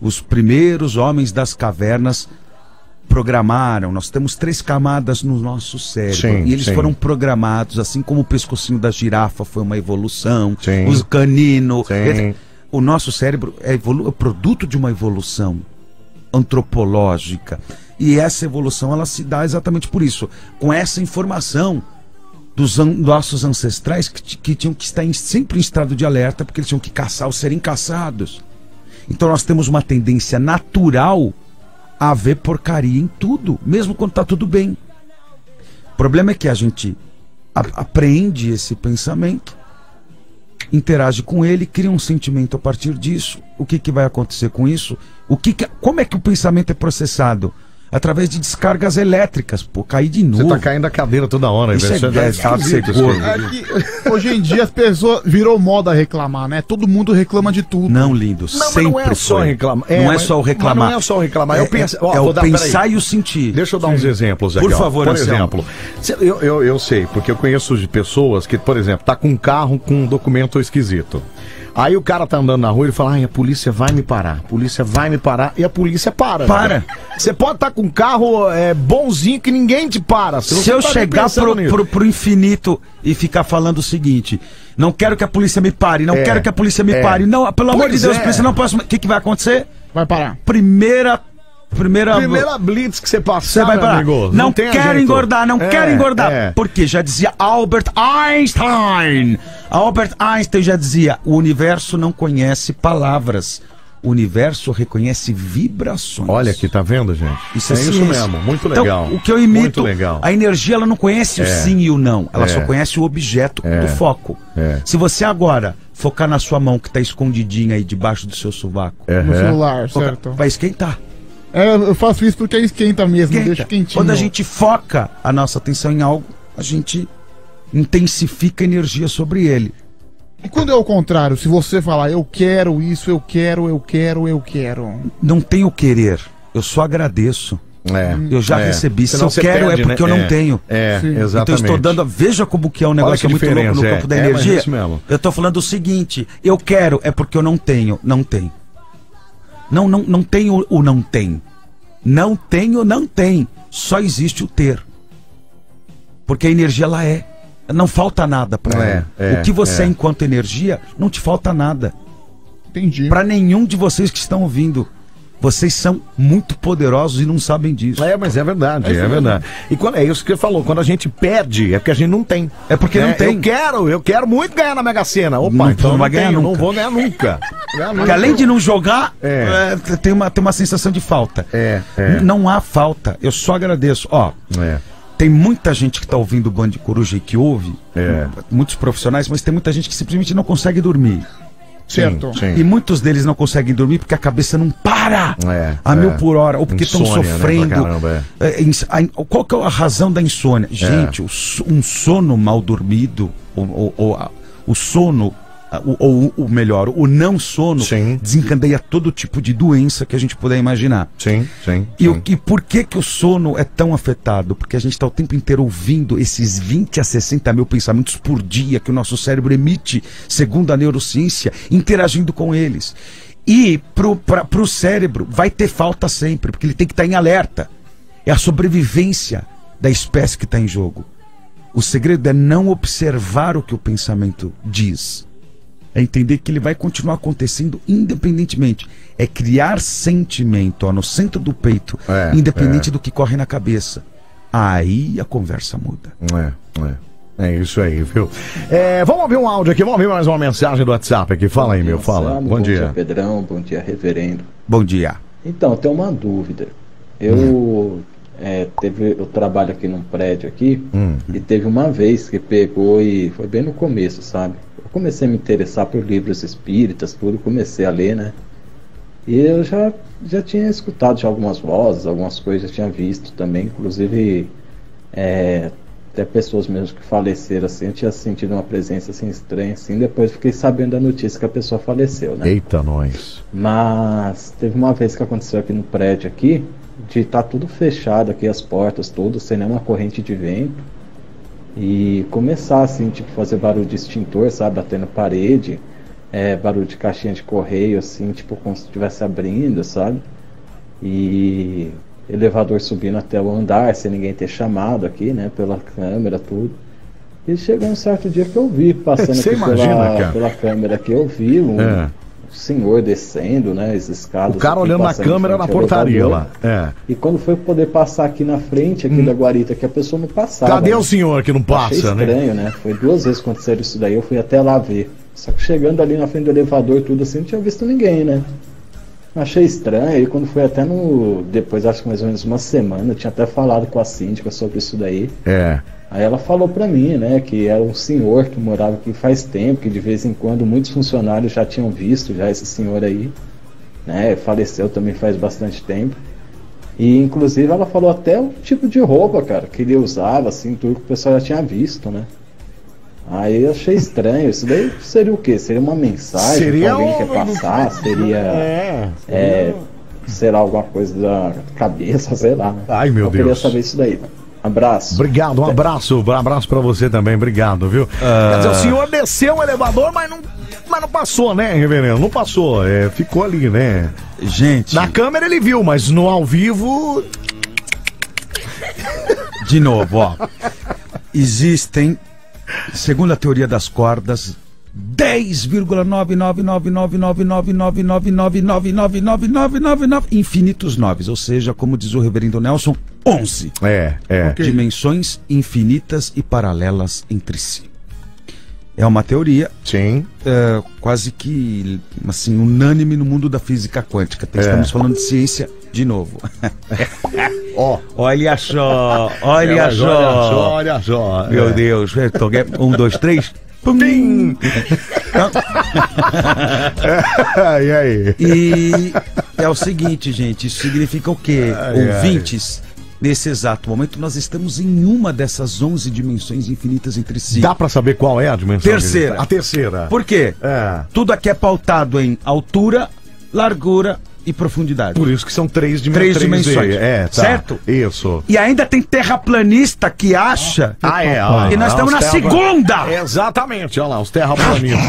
Os primeiros homens das cavernas programaram. Nós temos três camadas no nosso cérebro. Sim, e eles sim. foram programados, assim como o pescocinho da girafa foi uma evolução, Sim. os canino. Sim. etc. O nosso cérebro é, evolu- é produto de uma evolução antropológica. E essa evolução ela se dá exatamente por isso, com essa informação dos an- nossos ancestrais que, ti- que tinham que estar em- sempre em estado de alerta, porque eles tinham que caçar ou serem caçados. Então nós temos uma tendência natural a ver porcaria em tudo, mesmo quando está tudo bem. O problema é que a gente a- aprende esse pensamento, interage com ele, cria um sentimento a partir disso. O que, que vai acontecer com isso? O que que- como é que o pensamento é processado? Através de descargas elétricas, pô, cair de Você novo. tá caindo a cadeira toda hora. Uh. Isso velho. é Você dez tá quilos de esquisito, gordo. cara. É que hoje em dia as pessoas virou moda reclamar, né? Todo mundo reclama de tudo. Não, lindo, Não, mas sempre não é só foi. reclamar. não é mas- só o reclamar. mas Não é só o reclamar. É, eu penso, é- ó, é vou o dar- pensar peraí. e o sentir. Deixa eu dar uns exemplos aqui. Por ó. favor, por Anselmo. exemplo. se- Eu, eu, eu sei, porque eu conheço de pessoas que, por exemplo, tá com um carro com um documento esquisito. Aí o cara tá andando na rua e fala: Ai, a polícia vai me parar, a polícia vai me parar. E a polícia para. Para. né? Você pode estar com um carro é, bonzinho que ninguém te para. Você Se não eu tá nem chegar pensando pro, nisso. pro, pro infinito e ficar falando o seguinte: não quero que a polícia me pare, não É, quero que a polícia me é. pare, não, pelo amor de Pois Deus, é. polícia, não posso. O que, que vai acontecer? Vai parar. Primeira. Primeira. Primeira blitz que você passar, Você vai meu parar. amigo, não tem quero jeito. engordar, não É, quero engordar. é. Porque já dizia Albert Einstein. Albert Einstein já dizia: o universo não conhece palavras. O universo reconhece vibrações. Olha aqui, tá vendo, gente? Isso é, isso ciência. mesmo, muito Então, legal. o que eu imito, Muito legal. a energia ela não conhece o É. sim e o não, ela É. só conhece o objeto É. do foco. É. Se você agora focar na sua mão que está escondidinha aí debaixo do seu sovaco, No Uhum. celular, foca- certo? vai esquentar. É, eu faço isso porque esquenta mesmo, esquenta. deixa quentinho. Quando a gente foca a nossa atenção em algo, a gente intensifica energia sobre ele. E quando é o contrário, se você falar eu quero isso, eu quero, eu quero, eu quero. Não tenho querer, eu só agradeço. É. Eu já é. recebi. Se Senão eu você quero perde, é porque né? eu não tenho. É, Sim. Então eu exatamente. estou dando. Veja como que é um que negócio muito louco no diferença, campo é. da É, mas é energia. isso mesmo. Eu estou falando o seguinte: eu quero é porque eu não tenho, não tem. Não, não, não tem o, o não tem. Não tenho, não tem. Só existe o ter. Porque a energia ela é. Não falta nada para É, ela. é, o que você é. é enquanto energia, não te falta nada. Entendi. Para nenhum de vocês que estão ouvindo. Vocês são muito poderosos e não sabem disso. É, mas é verdade, é, verdade. E quando, é isso que você falou, quando a gente perde, é porque a gente não tem. É porque Né? não tem. Eu quero, eu quero muito ganhar na Mega Sena. Opa, Não então vai não, ganhar tenho, não nunca. vou ganhar nunca. Ganhar Porque nunca. além de não jogar, É. é, tem, uma, tem uma sensação de falta. É, é. N- Não há falta. Eu só agradeço. Ó, É, tem muita gente que tá ouvindo o Band Coruja e que ouve, É. muitos profissionais, mas tem muita gente que simplesmente não consegue dormir. certo. sim. E muitos deles não conseguem dormir porque a cabeça não para É, a é. mil por hora, ou porque estão Insônia, né, pra sofrendo. caramba, É. É, ins- a in- qual que é a razão da insônia? Gente, o so- um sono mal dormido, ou, ou- ou a- o sono, a- o- ou, o melhor, o não sono, Sim. desencadeia todo tipo de doença que a gente puder imaginar. sim, sim. E, o, sim. e por que que o sono é tão afetado? Porque a gente está o tempo inteiro ouvindo esses 20 a 60 mil pensamentos por dia que o nosso cérebro emite, segundo a neurociência, interagindo com eles. E pro, pra, pro cérebro vai ter falta sempre, porque ele tem que estar em alerta. É a sobrevivência da espécie que está em jogo. O segredo é não observar o que o pensamento diz. É entender que ele vai continuar acontecendo independentemente. É criar sentimento ó, no centro do peito, É, independente do que corre na cabeça. Aí a conversa muda. É, é. É isso aí, viu? É, vamos ouvir um áudio aqui, vamos ouvir mais uma mensagem do WhatsApp aqui. Fala aí, meu, fala. Anselmo, Bom dia. Pedrão, bom dia, reverendo. Bom dia. Então, eu tenho uma dúvida. Eu, é, teve, eu trabalho aqui num prédio aqui Hum. e teve uma vez que pegou e foi bem no começo, sabe? Eu comecei a me interessar por livros espíritas, tudo, comecei a ler, né? E eu já, já tinha escutado já algumas vozes, algumas coisas, já tinha visto também, inclusive é, até pessoas mesmo que faleceram assim, eu tinha sentido uma presença assim estranha assim, depois fiquei sabendo da notícia que a pessoa faleceu, né? Eita, nós. Mas teve uma vez que aconteceu aqui no prédio aqui, de tá estar tudo fechado aqui, as portas, tudo, sem nenhuma corrente de vento. E começar assim, tipo, fazer barulho de extintor, sabe, batendo parede, é, barulho de caixinha de correio, assim, tipo, como se estivesse abrindo, sabe? E elevador subindo até o andar, sem ninguém ter chamado aqui, né, pela câmera, tudo. E chegou um certo dia que eu vi, passando Você (laughs) aqui imagina, cara? pela, pela câmera aqui, eu vi um, É. o senhor descendo, né? As escadas. O cara aqui, olhando na passando em câmera na frente ao portaria elevador. lá. É. E quando foi poder passar aqui na frente, aqui da guarita, que a pessoa não passava. Hum. Cadê né? o senhor que não Achei passa, né? estranho, né? Foi duas vezes que aconteceu isso daí, eu fui até lá ver. Só que chegando ali na frente do elevador e tudo assim, não tinha visto ninguém, né? Achei estranho, e quando foi até no. Depois, acho que mais ou menos uma semana, eu tinha até falado com a síndica sobre isso daí. É. Aí ela falou pra mim, né, que era um senhor que morava aqui faz tempo, que de vez em quando muitos funcionários já tinham visto já esse senhor aí, né, faleceu também faz bastante tempo. E inclusive ela falou até o tipo de roupa, cara, que ele usava, assim, tudo que o pessoal já tinha visto, né. Aí eu achei estranho, isso daí seria o quê? Seria uma mensagem Seria que alguém quer um- passar? Seria, É. um- é, sei lá, alguma coisa da cabeça, sei lá. né? Ai, meu eu queria Deus. saber isso daí. Abraço. Obrigado, um abraço, um abraço pra você também, obrigado, viu? Quer Ah. dizer, o senhor desceu o elevador, mas não, mas não passou, né, reverendo? Não passou, é, ficou ali, né? Gente, Na câmera ele viu, mas no ao vivo. de novo, ó. Existem, segundo a teoria das cordas, 10,99999999999999999 infinitos noves, ou seja, como diz o reverendo Nelson, 11. É, é. dimensões infinitas e paralelas entre si. É uma teoria Sim. é, quase que assim unânime no mundo da física quântica. Então, É. Estamos falando de ciência de novo. (laughs) Ó. Olha só, olha Mas só. olha só. Meu é. Deus, eu tô- um, dois, três. Pum. (laughs) e aí? E é o seguinte, gente, isso significa o quê? Ai, ai. Ouvintes, Nesse exato momento, nós estamos em uma dessas 11 dimensões infinitas entre si. Dá pra saber qual é a dimensão? Terceira. que A terceira. Por quê? É. Tudo aqui é pautado em altura, largura e profundidade. Por isso que são três, dimen- Três três dimensões. É, tá. Certo? Isso. E ainda tem terraplanista que acha. Ah, é. E nós estamos na segunda! Exatamente, olha lá, os terraplanistas.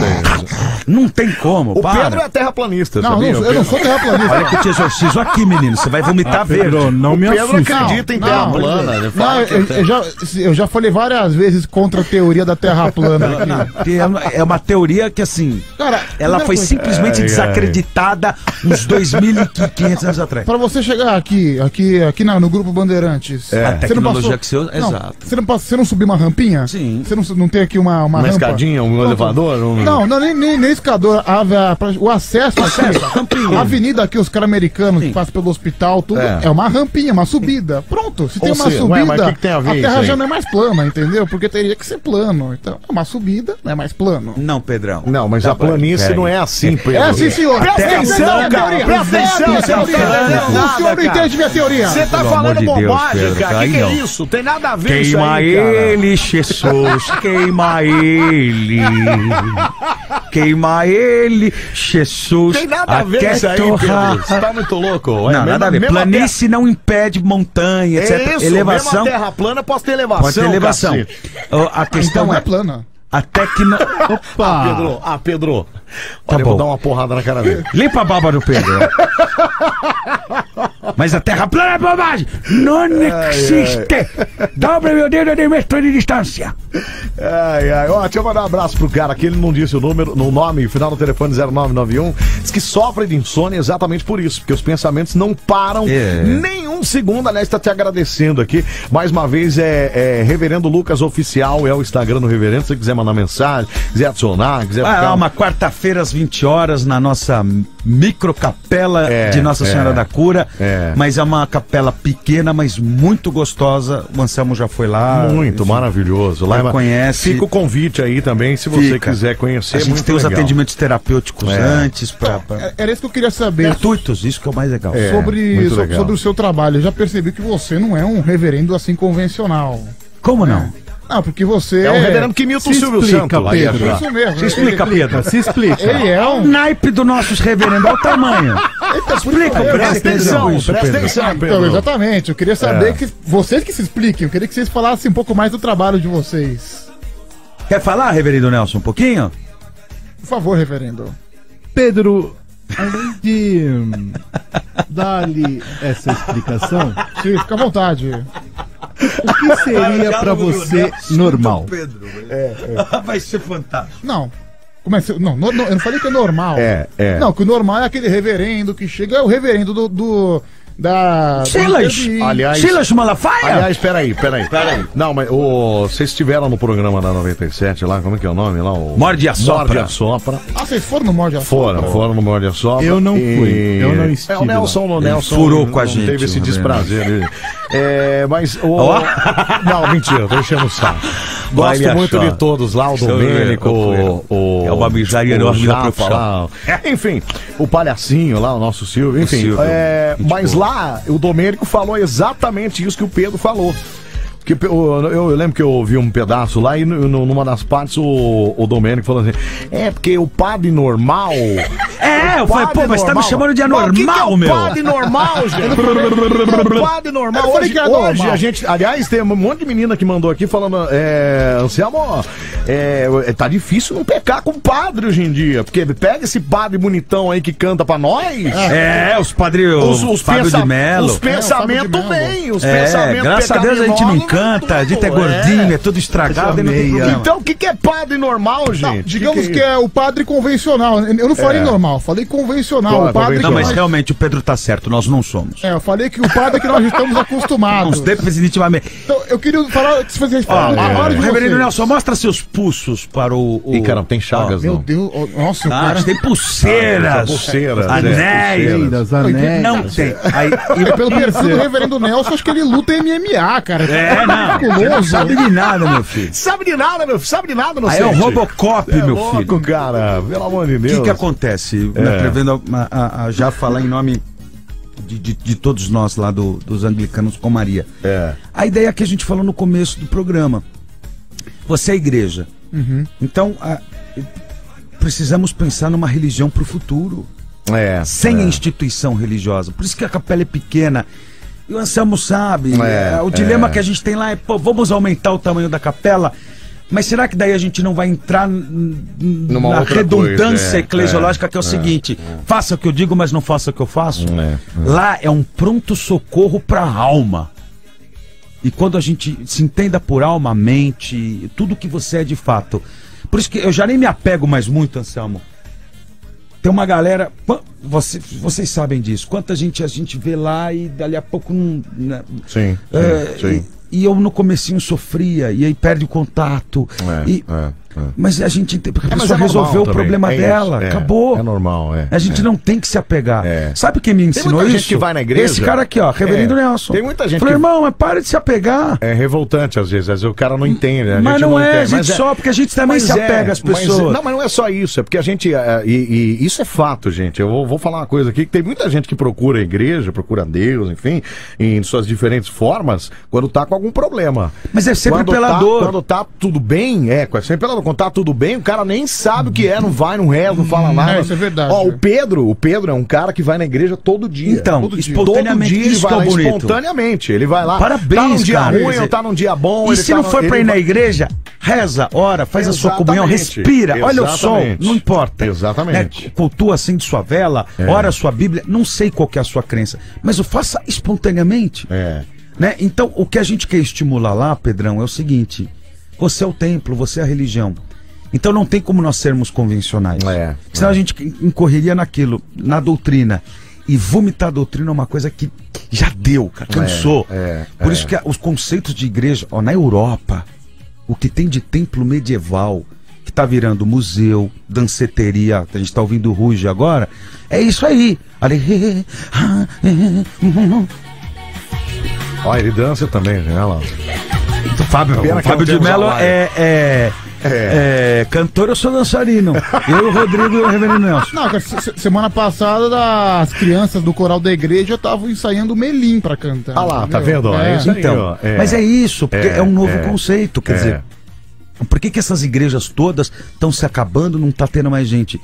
Não tem como, o para. Pedro é terraplanista, Não, sabia? não sou- eu não sou terraplanista. Olha que te exorcizo aqui, menino. Você vai vomitar verde. Pedro, não me (laughs) Pedro assusta. acredita em né? Não, terra não, plana. Ele fala Não, que é eu, eu já, eu já falei várias vezes contra a teoria da Terra plana. aqui. Não, porque é uma- é uma teoria que, assim, Cara, ela primeira foi coisa, simplesmente Ai, ai. desacreditada uns 2.500 anos atrás. Pra você chegar aqui, aqui, aqui na- no grupo Bandeirantes, É. A você não tecnologia passou- que você usa- não, exato. Você não, passa- você não subiu uma rampinha? Sim. Você não, su- não tem aqui uma, uma, uma rampa? escadinha, um Não, elevador? Um... Não, não, nem, nem, nem escador. a- a- pra- o acesso Acesso, a aqui, rampinha. a avenida aqui, os caras americanos que Sim. passam pelo hospital, tudo, É. é. uma rampinha, uma subida. Pronto, se tem Ou uma seja, ué, subida, mas o que que tem a ver isso terra aí? já não é mais plana, entendeu? Porque teria que ser plano. Então, é uma subida, não é mais plano. Não, Pedrão. Não, mas a planície não é assim, Pedro. É assim, senhor. Presta Até atenção, a- cara. a- Presta atenção, a- você não tá entendendo O senhor nada, não cara. entende minha teoria. Então, Você tá Pelo falando amor de Deus, bobagem, Pedro, cara. O aí que, que é não. isso? Tem nada a ver Queima isso aí, cara. ele, Jesus, queima ele. Queima ele, Jesus. Tem nada a ver até isso aí, torrar. Pedro. Você tá muito louco. Não, É, mesmo- nada a ver. mesmo Planície não impede montanha, terra- etc. É isso, elevação. mesmo a terra plana, posso ter elevação, Pode ter elevação. cacete. Ó, A Então questão não é é plana. até que não. Opa! Pedro, ah, Pedro. Tá Olha, eu vou bom. dar uma porrada na cara dele. Limpa a baba do Pedro. Mas a terra plana é bobagem! Não existe! Dobra meu dedo de metro de distância! (laughs) Ai, ai. Ó, deixa eu mandar um abraço pro cara que ele não disse o número, no nome, final do telefone 0991. Diz que sofre de insônia exatamente por isso, porque os pensamentos não param É. nenhum segundo. Aliás, tá te agradecendo aqui. Mais uma vez, é, é Reverendo Lucas Oficial, é o Instagram do Reverendo. Se você quiser mandar mensagem, quiser adicionar, quiser Vai lá, Ah, é uma quarta-feira às 20 horas na nossa microcapela É, de Nossa é, Senhora da Cura. é. Mas é uma capela pequena, mas muito gostosa. O Anselmo já foi lá. Muito Enfim, maravilhoso. Lá Já conhece. Fica o convite aí também, se você Fica. quiser conhecer. A gente muito tem os legal. atendimentos terapêuticos É. antes. Pra, pra- É- Era isso que eu queria saber. Gratuitos, isso que é o mais legal. É. sobre, muito so- legal. sobre o seu trabalho. Eu já percebi que você não é um reverendo assim convencional. Como não? Ah, porque você. É um reverendo que imita o Se Silvio explica, Santos. aí, Pedro. Pedro. Isso mesmo. Se explica, ele, Pedro. Se explica. ele é O um. naipe dos nossos reverendos, olha o tamanho. Explica, Presta atenção, isso, presta Pedro. atenção, Então, Tá, Pedro. exatamente. Eu queria saber É. que vocês que se expliquem. Eu queria que vocês falassem um pouco mais do trabalho de vocês. Quer falar, reverendo Nelson, um pouquinho? Por favor, reverendo. Pedro, além de hum, dar-lhe essa explicação, Sim, fica à vontade. o que seria pra você normal? Pedro. Vai ser fantástico. Não. Como é que- não, no- no- eu não falei que é normal. É, é. Não, que o normal é aquele reverendo que chega, é o reverendo do. do da. Silas! do- Aliás- Silas Malafaia? Aliás, peraí, peraí. Peraí. Não, mas ô, vocês estiveram no programa da 97 lá, como é que é o nome lá? O... Morde e Assopra. Morde e Assopra. Ah, vocês foram no Morde Foram, foram no Morde e Assopra. Eu não E- fui, eu não estive É o Nelson, o Nelson. furou com a não gente, né? Teve esse o desprazer. dele. É, mas o. Ó. Não, mentira, tô enchendo o saco. Vai me Gosto muito achar. de todos lá, o Isso é- Domênico, o, o. É uma amizade o enorme da Japa profissão. lá. Enfim, o Palhacinho lá, o nosso Silvio, enfim. Silvio, é, gente mas boa. lá, o Domênico falou exatamente isso que o Pedro falou. Porque pe- eu, eu- eu lembro que eu ouvi um pedaço lá e no- no- numa das partes o, o Domênico falou assim: É, porque o padre normal. É, eu falei, padre pô, mas tá me normal- chamando de Mas o que que é anormal, o meu. Padre (laughs) normal, gente. O padre normal. Eu falei Hoje, que é hoje normal. a gente. Aliás, tem um monte de menina que mandou aqui falando: é, Anselmo, é, tá difícil não pecar com padre hoje em dia. Porque pega esse padre bonitão aí que canta pra nós. É, os padres. Os, Fábio pensa- de Mello. Os pensamentos Mello. vêm, os É, pensamentos graças a Deus a gente não pecaminosos, encanta, a gente é tudo, gordinho, é, tudo estragado e não tem amei, problema. Então, o que, que é padre normal, gente? O Digamos que é o padre convencional. Eu não falei normal, falei convencional. Claro, o padre Não, convencional. mas que nós, realmente o Pedro tá certo, nós não somos. é, eu falei que o padre que nós estamos Nós acostumados. definitivamente. Então, eu queria falar que se vocês falam Ah, é. a hora de Reverendo vocês. Nelson, mostra seus pulsos para o. o... Ih, caramba, tem chagas, Meu não. Deus, oh, nossa, o Ah, cara. tem pulseiras, Pulseiras, é, anéis. pulseiras. Lindas, anéis. Não tem. Aí, É pelo perfil do reverendo Nelson, acho que ele luta MMA, cara. É, não. Você não Miraculoso. sabe de nada, meu filho. Sabe de nada, meu filho. Sabe de nada, não Aí é o Robocop, É meu louco, filho. cara. Pelo amor de O Deus. É. que, que acontece? Me atrevendo a, a- a já falar em nome de, de- de todos nós lá do- dos anglicanos com Maria. É. A ideia que a gente falou no começo do programa. Você é a igreja. Então, a- precisamos pensar numa religião para o futuro É. sem é. instituição religiosa. Por isso que a capela é pequena. E o Anselmo sabe, É, é, o dilema é. que a gente tem lá é, pô, vamos aumentar o tamanho da capela, mas será que daí a gente não vai entrar n- n- Numa na outra redundância coisa, é, eclesiológica que é o é, seguinte, faça o que eu digo, mas não faça o que eu faço? É, Lá é um pronto socorro para a alma. E quando a gente se entenda por alma, mente, tudo que você é de fato. Por isso que eu já nem me apego mais muito, Anselmo. Tem uma galera. pã- você- vocês sabem disso. Quanta gente a gente vê lá e dali a pouco não. né, Sim. sim, é, sim. E, e eu no comecinho sofria, e aí perde o contato. É, e- é, é. Mas a gente entende. Porque a É, mas pessoa é normal resolveu o também, problema é isso, dela, é, acabou. É normal, é. A gente não tem que se apegar. É. Sabe quem me ensinou muita isso? gente que vai na igreja- Esse cara aqui, ó, Reverendo É. Nelson. Tem muita gente Falei, que- irmão, mas para de se apegar. É revoltante às vezes, às vezes o cara não entende. né? A mas gente não, é, entende, gente, mas é- só porque a gente também Mas se é, apega às mas- pessoas. não, mas não é só isso, é porque a gente. é, e, e isso é fato, gente. Eu vou, vou falar uma coisa aqui: que tem muita gente que procura a igreja, procura Deus, enfim, em suas diferentes formas, quando tá com algum problema. Mas é sempre quando pela tá, dor. Quando tá tudo bem, é, é sempre pela dor. Quando tá tudo bem, o cara nem sabe o que é, não vai, não reza, não fala nada. é, isso é verdade, Ó, o né? Pedro, o Pedro é um cara que vai na igreja todo dia. Então, todo dia. espontaneamente, Todo dia ele isso vai que é lá, o bonito. espontaneamente. Ele vai lá. Parabéns, tá num dia cara. ruim, ou tá num dia bom. E ele se tá não no- for pra ele ir na vai- igreja, reza, ora, faz a sua Exatamente. comunhão, respira, olha o sol, Exatamente. não importa. Exatamente. Né, Cultua assim de sua vela, É. ora a sua Bíblia, não sei qual que é a sua crença, mas o faça espontaneamente. É. Né? Então, o que a gente quer estimular lá, Pedrão, é o seguinte: você é o templo, você é a religião. Então não tem como nós sermos convencionais. É, Senão é. a gente incorreria naquilo, na doutrina. E vomitar a doutrina é uma coisa que já deu, cara, cansou. é, Por é. isso que a- os conceitos de igreja, ó, na Europa, o que tem de templo medieval, que tá virando museu, danceteria, a gente tá ouvindo o Ruge agora, é isso aí. Ali, Ó, ele dança também, né? Olha lá. O Pena Fábio, o que não Fábio de temos né? a Mello live. é, é, é cantor, eu sou dançarino. Eu, o Rodrigo e o Reverendo Nelson. Não, cara, se- se- semana passada as crianças do coral da igreja estavam ensaiando melim pra cantar. Ah lá, tá entendeu? vendo? É É. isso aí, ó. Então, mas é isso, porque é, um novo é, conceito. Quer é. dizer, por que, que essas igrejas todas estão se acabando, não tá tendo mais gente?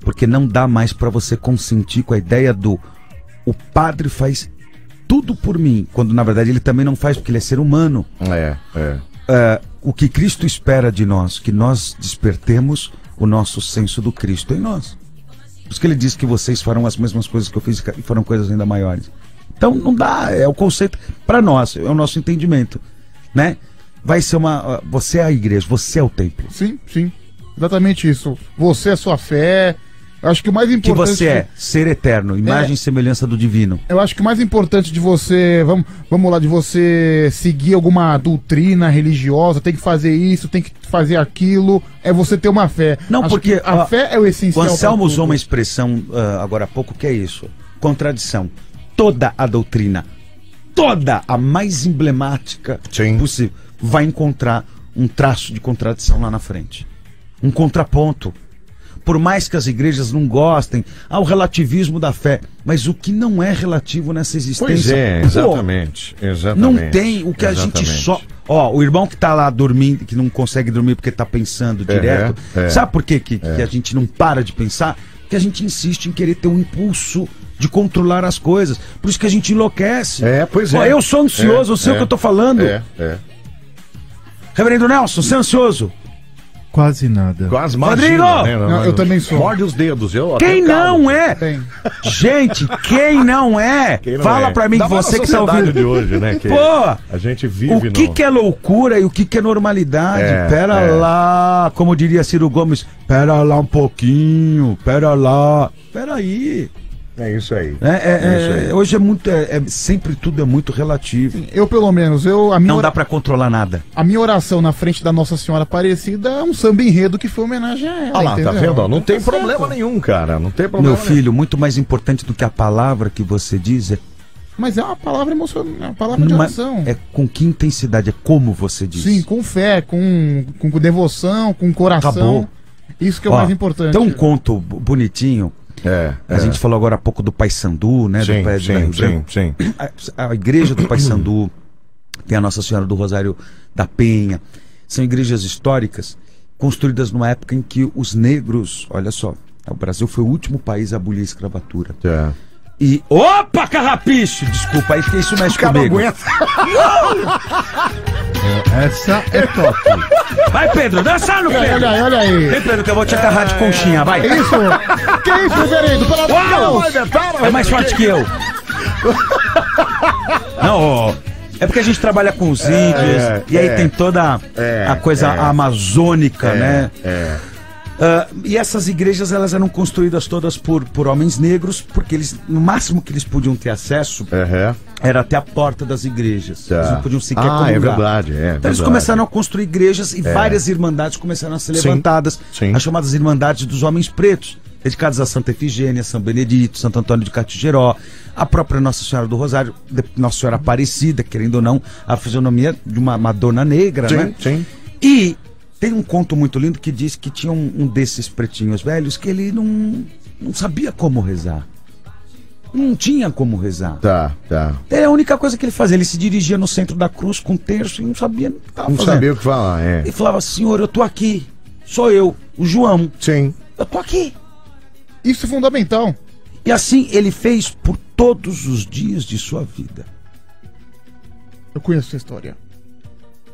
Porque não dá mais para você consentir com a ideia do o padre faz tudo por mim, quando na verdade ele também não faz, porque ele é ser humano. É, é. É, o que Cristo espera de nós, que nós despertemos o nosso senso do Cristo em nós. Por isso que ele diz que vocês farão as mesmas coisas que eu fiz e farão coisas ainda maiores. Então não dá, é o conceito para nós, é o nosso entendimento, né? Vai ser uma, você é a igreja, você é o templo. Sim, sim. Exatamente isso. Você é sua fé. Eu acho que o mais Que importante. você é ser eterno, imagem e semelhança do divino. Eu acho que o mais importante de você, vamos, vamos lá, de você seguir alguma doutrina religiosa, tem que fazer isso, tem que fazer aquilo, é você ter uma fé. Não, Acho porque, que a ó, fé é o O essencial. Anselmo pra tudo. usou uma expressão ah, agora há pouco que é isso: contradição. Toda a doutrina, toda a mais emblemática Sim. possível, vai encontrar um traço de contradição lá na frente. Um contraponto. Por mais que as igrejas não gostem, há o relativismo da fé. Mas o que não é relativo nessa existência? Pois é, Pô, exatamente. não exatamente tem o que a gente exatamente. só. Ó, o irmão que tá lá dormindo, que não consegue dormir porque tá pensando direto. é. Sabe por quê que, que a gente não para de pensar? Porque a gente insiste em querer ter um impulso de controlar as coisas. Por isso que a gente enlouquece. É, pois Ó, é. eu sou É, ansioso, eu sei é. o que eu tô falando. É, é. Reverendo Nelson, você é ansioso? Quase nada. Quase né, Rodrigo! Não, eu também sou. Morde os dedos. Eu, um Quem até calo. não é? Tem. Gente, quem não é? Quem não Fala é? pra mim, Ainda mais você na que tá sociedade ouvindo. de hoje, né? Que (laughs) Pô, a gente vive O que, no- que é loucura e o que, que é normalidade? É, pera é. lá, como diria Ciro Gomes, pera lá um pouquinho, pera lá. Pera aí. É isso aí. É, é, É isso aí. é, hoje é muito. é- é- sempre tudo é muito relativo. Eu, pelo menos, eu, a, minha Não ora- dá pra controlar nada. a minha oração na frente da Nossa Senhora Aparecida é um samba enredo que foi homenagem a ela. Olha lá, tá entendeu? vendo? ó? Não tem Tá problema certo. nenhum, cara. Não tem problema Meu filho, muito mais importante do que a palavra que você diz é, Mas é uma palavra emocionante, é uma palavra de numa- oração. é com que intensidade, é como você diz. Sim, com fé, com, com devoção, com coração. Acabou. Isso que é o Ó, então, mais importante. Tem um conto b- bonitinho É, A gente falou agora há pouco do Paysandu, né? Sim, do pé- sim, da- sim, sim. a, a igreja do Paysandu, tem a Nossa Senhora do Rosário da Penha, são igrejas históricas construídas numa época em que os negros, olha só, o Brasil foi o último país a abolir a escravatura. É. E opa, carrapicho, desculpa, aí que isso mexe comigo. Essa é top. Vai Pedro, dança (laughs) no Olha Pedro. aí, olha aí. é Vem Pedro que eu vou te agarrar de conchinha, vai. Que isso? Que isso, querido? Pelo amor de Uau! Deus! tá É mais né? forte (laughs) que eu. Não, ó, é porque a gente trabalha com os índios é, e aí é. tem toda É, a coisa é. amazônica, né? É. Ah, e essas igrejas elas eram construídas todas por, por homens negros, porque eles no máximo que eles podiam ter acesso Aham. era até a porta das igrejas. Tá. Eles não podiam sequer Ah, é comungar. verdade, é Então eles verdade. É. começaram a construir igrejas e várias irmandades começaram a ser Sim, levantadas. sim. As chamadas Irmandades dos Homens Pretos, dedicadas a Santa Efigênia, São Benedito, Santo Antônio de Catigeró, a própria Nossa Senhora do Rosário, de- Nossa Senhora Aparecida, querendo ou não, a fisionomia de uma Madonna Negra, né? Sim, sim. E tem um conto muito lindo que diz que tinha um, um desses pretinhos velhos que ele não, não sabia como rezar. Não tinha como rezar. Tá, tá. É a única coisa que ele fazia. Ele se dirigia no centro da cruz com um terço e não sabia o que estava Não fazendo. sabia o que falar, é. E falava, senhor, eu tô aqui. Sou eu, o João. Sim. Eu tô aqui. Isso é fundamental. E assim ele fez por todos os dias de sua vida. Eu conheço essa história.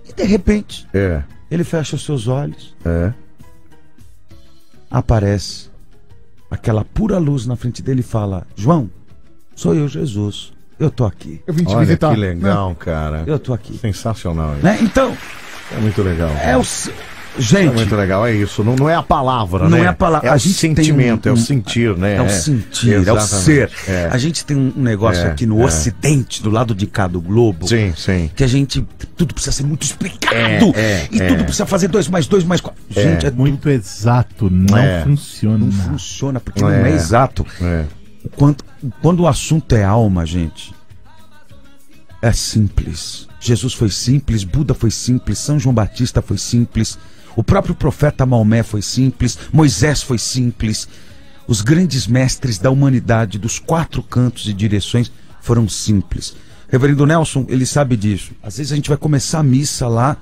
E de repente, É, ele fecha os seus olhos, é. aparece aquela pura luz na frente dele e fala: João, sou eu, Jesus. Eu tô aqui. Eu vim te Olha visitar. que legal, cara. Eu tô aqui. Sensacional, hein? Né? Então, É muito legal. é o. se- Gente, É muito legal, é isso. Não, não é a palavra, Não né? é a palavra. É A o gente tem sentimento, um- é o um- sentir, né? É, o sentir, é o Exatamente. ser. É. A gente tem um negócio É, aqui no é. ocidente, do lado de cá do globo, Sim, sim. que a gente. Tudo precisa ser muito explicado. É, é, e tudo é. precisa fazer dois mais dois mais quatro. Gente, é Muito muito. exato, não É. funciona. Não funciona, porque não É. é exato. É. O quanto- quando o assunto é alma, gente, é simples. Jesus foi simples, Buda foi simples, São João Batista foi simples, o próprio profeta Maomé foi simples, Moisés foi simples. Os grandes mestres da humanidade dos quatro cantos e direções foram simples. Reverendo Nelson, ele sabe disso. Às vezes a gente vai começar a missa lá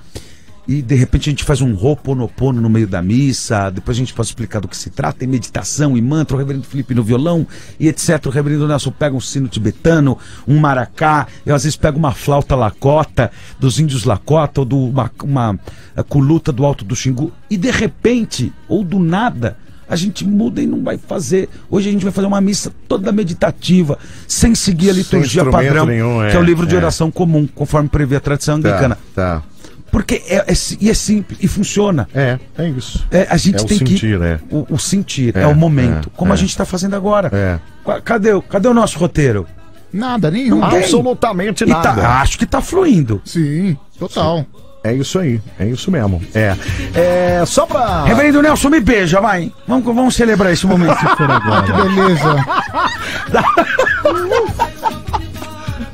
e de repente a gente faz um roponopono no meio da missa, depois a gente pode explicar do que se trata, e meditação, e mantra, o reverendo Felipe no violão, e etc. O reverendo Nelson pega um sino tibetano, um maracá, eu às vezes pego uma flauta lacota, dos índios lacota, ou do, uma, uma eh, culuta do alto do Xingu, e de repente, ou do nada, a gente muda e não vai fazer. Hoje a gente vai fazer uma missa toda meditativa, sem seguir a Sem liturgia instrumento padrão, nenhum, é, que é o livro de é. oração comum, conforme prevê a tradição anglicana. Tá, tá. Porque é, é si- e é simples, e funciona. É, é isso. É, a gente É o tem sentir, que. é. O, o sentir, é, É, o momento. é, como é. a gente está fazendo agora. É. Qua- Cadê, o- cadê o nosso roteiro? Nada, nenhum. Não tem. Absolutamente E tá- nada. acho que tá fluindo. Sim, total. É isso aí, é isso mesmo. É. É só pra. Reverendo Nelson, me beija, vai. Vamos, vamos celebrar esse momento. Beleza.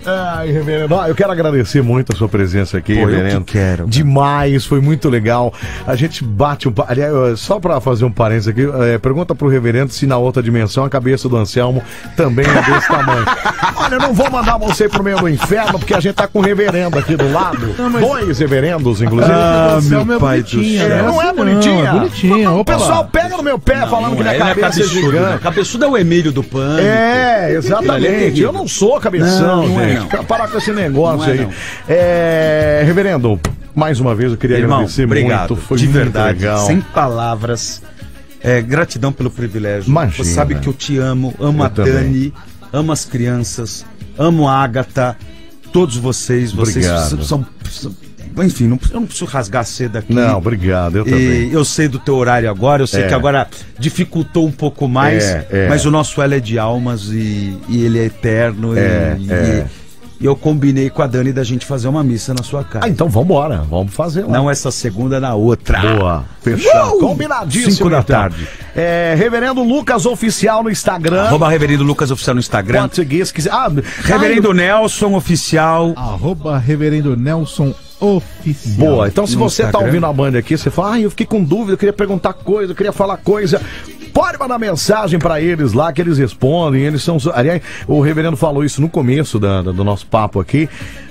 Ai, reverendo, ó, eu quero agradecer muito a sua presença aqui, Pô, eu reverendo. que quero, cara. Demais, foi muito legal. A gente bate um. pa- aliás, eh, Só pra fazer um parênteses aqui, eh, pergunta pro reverendo se na outra dimensão a cabeça do Anselmo também é desse (laughs) tamanho. Olha, eu não vou mandar você pro meio do inferno, porque a gente tá com o reverendo aqui do lado. Dois reverendos, inclusive. Ah, Esse é o meu bonitinho, É, né? não é Assim bonitinha? É bonitinha. o Opa, pessoal pega no meu pé falando que minha cabeça é gigante. Cabeçudo é o Emílio do Pan. É, Aquilo ali é exatamente. terrível. Eu não sou cabeção, Não, não é gente. Parar com esse negócio Não é aí. não. É, reverendo, mais uma vez eu queria Irmão, agradecer obrigado. muito. Foi de muito verdade, legal. sem palavras. É, gratidão pelo privilégio. Imagina. Você sabe que eu te amo, amo Eu a também. Dani, amo as crianças, amo a Agatha, todos vocês, vocês Obrigado. são, são- são- enfim, não, eu não preciso rasgar cedo aqui. Não, obrigado, eu também. E eu sei do teu horário agora, eu sei É. que agora dificultou um pouco mais, É, é. mas o nosso L é de almas e, e ele é eterno. e- É, e, é. e eu combinei com a Dani da gente fazer uma missa na sua casa. Ah, então vambora, vamos fazer lá. Não essa segunda, na outra. Boa, fechado. Uou! Combinadíssimo. Cinco da então. tarde. É, reverendo Lucas Oficial no Instagram. Arroba Reverendo Lucas Oficial no Instagram. Pode seguir, se quiser. Ah, Reverendo Nelson Oficial. Arroba Reverendo Nelson Oficial. Boa, então se No você tá Instagram. ouvindo a banda aqui, você fala, ah, eu fiquei com dúvida, eu queria perguntar coisa, eu queria falar coisa. Pode mandar mensagem pra eles lá que eles respondem. Eles são. Aliás, o reverendo falou isso no começo da- da- do nosso papo aqui.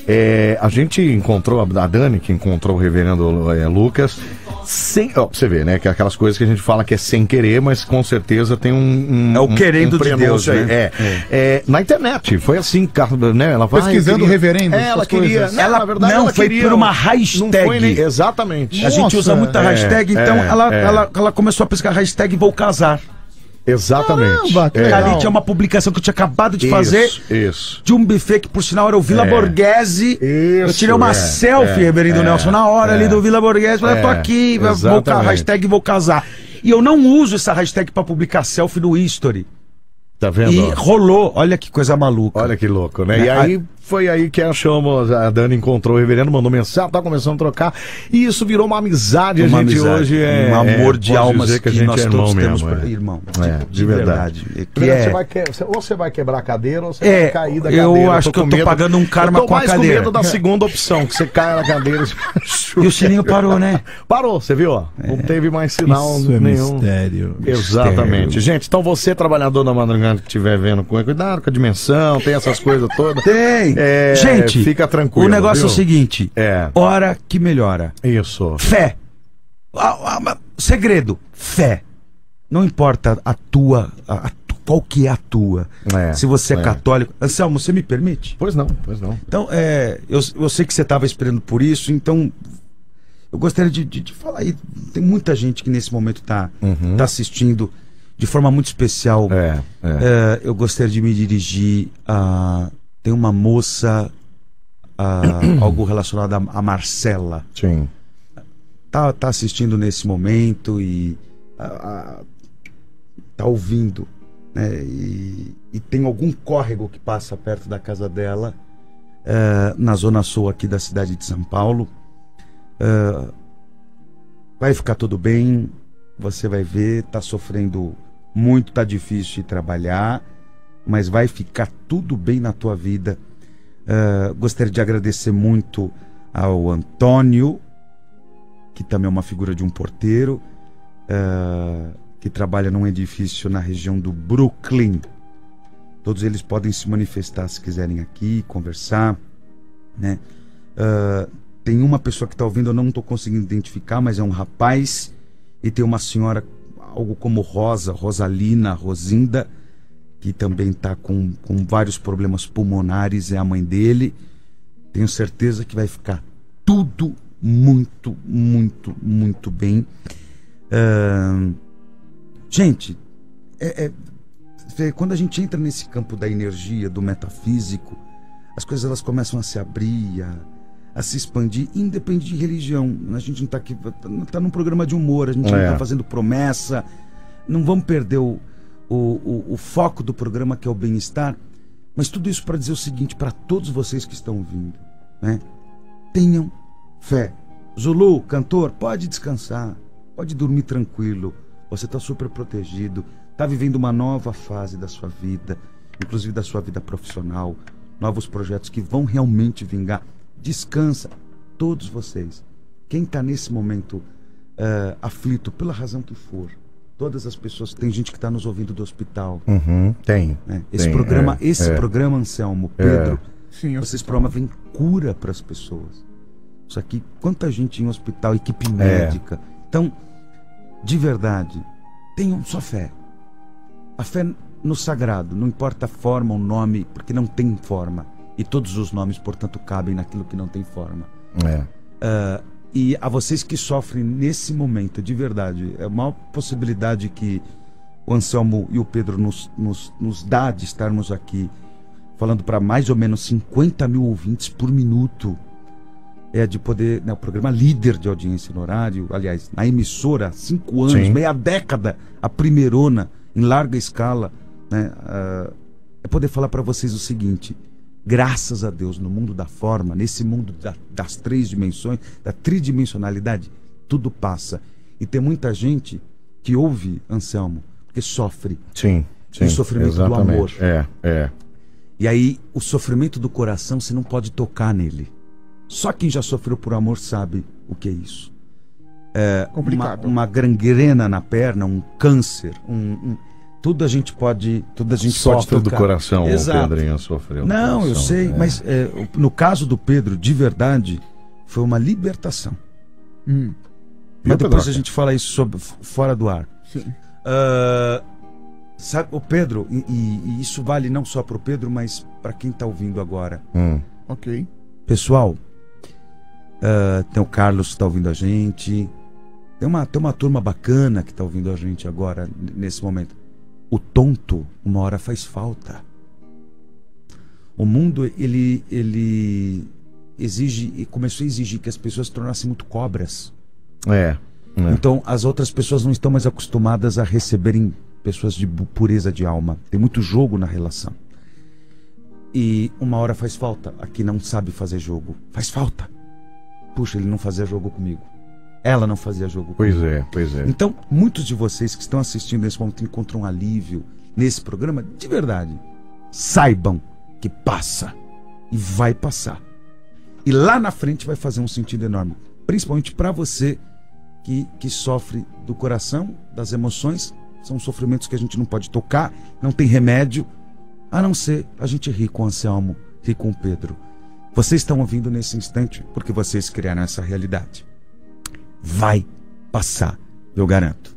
É, a gente encontrou a a Dani, que encontrou o reverendo é, Lucas, sem. Ó, pra você ver, né? Que é aquelas coisas que a gente fala que é sem querer, mas com certeza tem um. um É o um- querendo um de prenúncio Deus, aí. né? É. É, Na internet. Foi assim, cara, né? Ela vai. Pesquisando eu reverendo, É, ela essas queria. coisas. Não, Ela- na verdade, não, ela foi queria por um- uma não foi hashtag. nem- Exatamente. A gente Nossa, usa muita é, hashtag, então é, ela, é. Ela, ela começou a pescar hashtag vou casar. Exatamente. Caramba, que É. legal. Ali tinha uma publicação que eu tinha acabado de fazer Isso, isso. de um buffet que, por sinal, era o Vila É. Borghese. eu Isso, tirei uma é, selfie, é, Reverendo é, Nelson, na hora é. ali do Vila Borghese. Falei, É, tô aqui, vou ca- exatamente. hashtag vou casar. E eu não uso essa hashtag pra publicar selfie no history. Tá vendo? E rolou. Olha que coisa maluca. Olha que louco, né? É, Né? E aí foi aí que achamos, a Dani encontrou o reverendo, mandou mensagem, tá começando a trocar. E isso virou uma amizade, Uma a gente amizade, hoje é. um amor é, de pode almas dizer que, nós todos temos por é. irmão. É, de, verdade. E Na Que verdade, é, você vai que- você- ou você vai quebrar a cadeira ou você É, vai cair da eu cadeira. acho que eu com tô pagando um karma eu tô com a mais cadeira. com medo da segunda opção, que você cai na cadeira. e- E o sininho parou, né? Parou, você viu? ó? Não teve mais sinal Isso é nenhum. mistério. Exatamente. Gente, então você, trabalhador da madrugada que estiver vendo, cu- cuidado com a dimensão, tem essas coisas todas. Tem. É, Gente, fica tranquilo, O viu? negócio é o seguinte: É. hora que melhora. Isso. Fé. A- a- a- segredo: fé. Não importa a tua. a- a tu- qual que é a tua? É, Se você é, é. católico. Anselmo, você me permite? Pois não, pois não. Então, é, eu, eu sei que você estava esperando por isso, então. Eu gostaria de, de- de falar aí. Tem muita gente que nesse momento está tá assistindo de forma muito especial. Uhum. É, é. É, eu gostaria de me dirigir a. Tem uma moça. a- (coughs) algo relacionado a, a Marcela. Sim. Tá, tá assistindo nesse momento e. a- a- tá ouvindo. Né? E, e tem algum córrego que passa perto da casa dela, é, na zona sul aqui da cidade de São Paulo. É, vai ficar tudo bem, você vai ver, tá sofrendo muito, tá difícil de trabalhar, mas vai ficar tudo bem na tua vida. Ah, gostaria de agradecer muito ao Antônio, que também é uma figura de um porteiro, ah, que trabalha num edifício na região do Brooklyn. Todos eles podem se manifestar se quiserem aqui, conversar, né? Ah, tem uma pessoa que está ouvindo, eu não estou conseguindo identificar, mas é um rapaz e tem uma senhora, algo como Rosa, Rosalina, Rosinda, que também está com, com vários problemas pulmonares, é a mãe dele. Tenho certeza que vai ficar tudo muito, muito, muito bem. Ahn, gente, é- é- vê, quando a gente entra nesse campo da energia, do metafísico, as coisas elas começam a se abrir, a, a se expandir, independe de religião. A gente não está aqui, está num programa de humor, a gente não É. está fazendo promessa. Não vamos perder o, o, o, o foco do programa que é o bem-estar. Mas tudo isso para dizer o seguinte para todos vocês que estão ouvindo, né? Tenham fé. Zulu, cantor, pode descansar, pode dormir tranquilo. Você está super protegido, está vivendo uma nova fase da sua vida, inclusive da sua vida profissional, novos projetos que vão realmente vingar. Descansa, todos vocês. Quem está nesse momento eh, aflito, pela razão que for, todas as pessoas, tem gente que está nos ouvindo do hospital. Uhum, tem. né? Esse Tem, programa, é, esse é. programa, Anselmo, Pedro, Sim, eu vocês promovem cura para as pessoas. Isso aqui, quanta gente em hospital, equipe médica. Então, de verdade, tenham só fé. A fé no sagrado, não importa a forma, o nome, porque não tem forma. E todos os nomes, portanto, cabem naquilo que não tem forma. Ah, É. E a vocês que sofrem nesse momento, de verdade, é a maior possibilidade que o Anselmo e o Pedro nos, nos, nos dá de estarmos aqui falando para mais ou menos 50 mil ouvintes por minuto. É de poder, né, o programa líder de audiência no horário, aliás, na emissora, há cinco anos, Sim. meia década, a primeirona, em larga escala, né, ah, é poder falar para vocês o seguinte: graças a Deus, no mundo da forma, nesse mundo da- das três dimensões, da tridimensionalidade, tudo passa. E tem muita gente que ouve, Anselmo, que sofre. Sim. sim E o sofrimento do exatamente. amor. É, é. E aí, o sofrimento do coração, você não pode tocar nele. Só quem já sofreu por amor sabe o que é isso. é, Complicado. Uma, uma gangrena na perna, um câncer, um, um- tudo a gente pode, tudo a gente pode Sofre do trocar. coração, o Exato. Pedrinho sofreu. do Não, eu coração, sei, é. mas é, o- no caso do Pedro, de verdade, foi uma libertação. Hum. Mas Viu, depois Pedroca? a gente fala isso sobre- f- fora do ar. Sim. Ah, sabe, o Pedro, e, e- e isso vale não só para o Pedro, mas para quem está ouvindo agora. Hum. Ok. Pessoal, ah, tem o Carlos que está ouvindo a gente. Tem uma, tem uma turma bacana que está ouvindo a gente agora, n- nesse momento. O tonto, uma hora faz falta. O mundo, ele, ele exige, e começou a exigir que as pessoas se tornassem muito cobras. É. né? Então, as outras pessoas não estão mais acostumadas a receberem pessoas de bu- pureza de alma. Tem muito jogo na relação. E uma hora faz falta. A que não sabe fazer jogo. Faz falta. Puxa, ele não fazia jogo comigo. Ela não fazia jogo comigo. Pois é, pois é. Então, muitos de vocês que estão assistindo nesse momento encontram um alívio nesse programa, de verdade. Saibam que passa e vai passar. E lá na frente vai fazer um sentido enorme, principalmente para você que, que sofre do coração, das emoções, são sofrimentos que a gente não pode tocar, não tem remédio, a não ser a gente rir com o Anselmo, rir com o Pedro. Vocês estão ouvindo nesse instante porque vocês criaram essa realidade. Vai passar, eu garanto.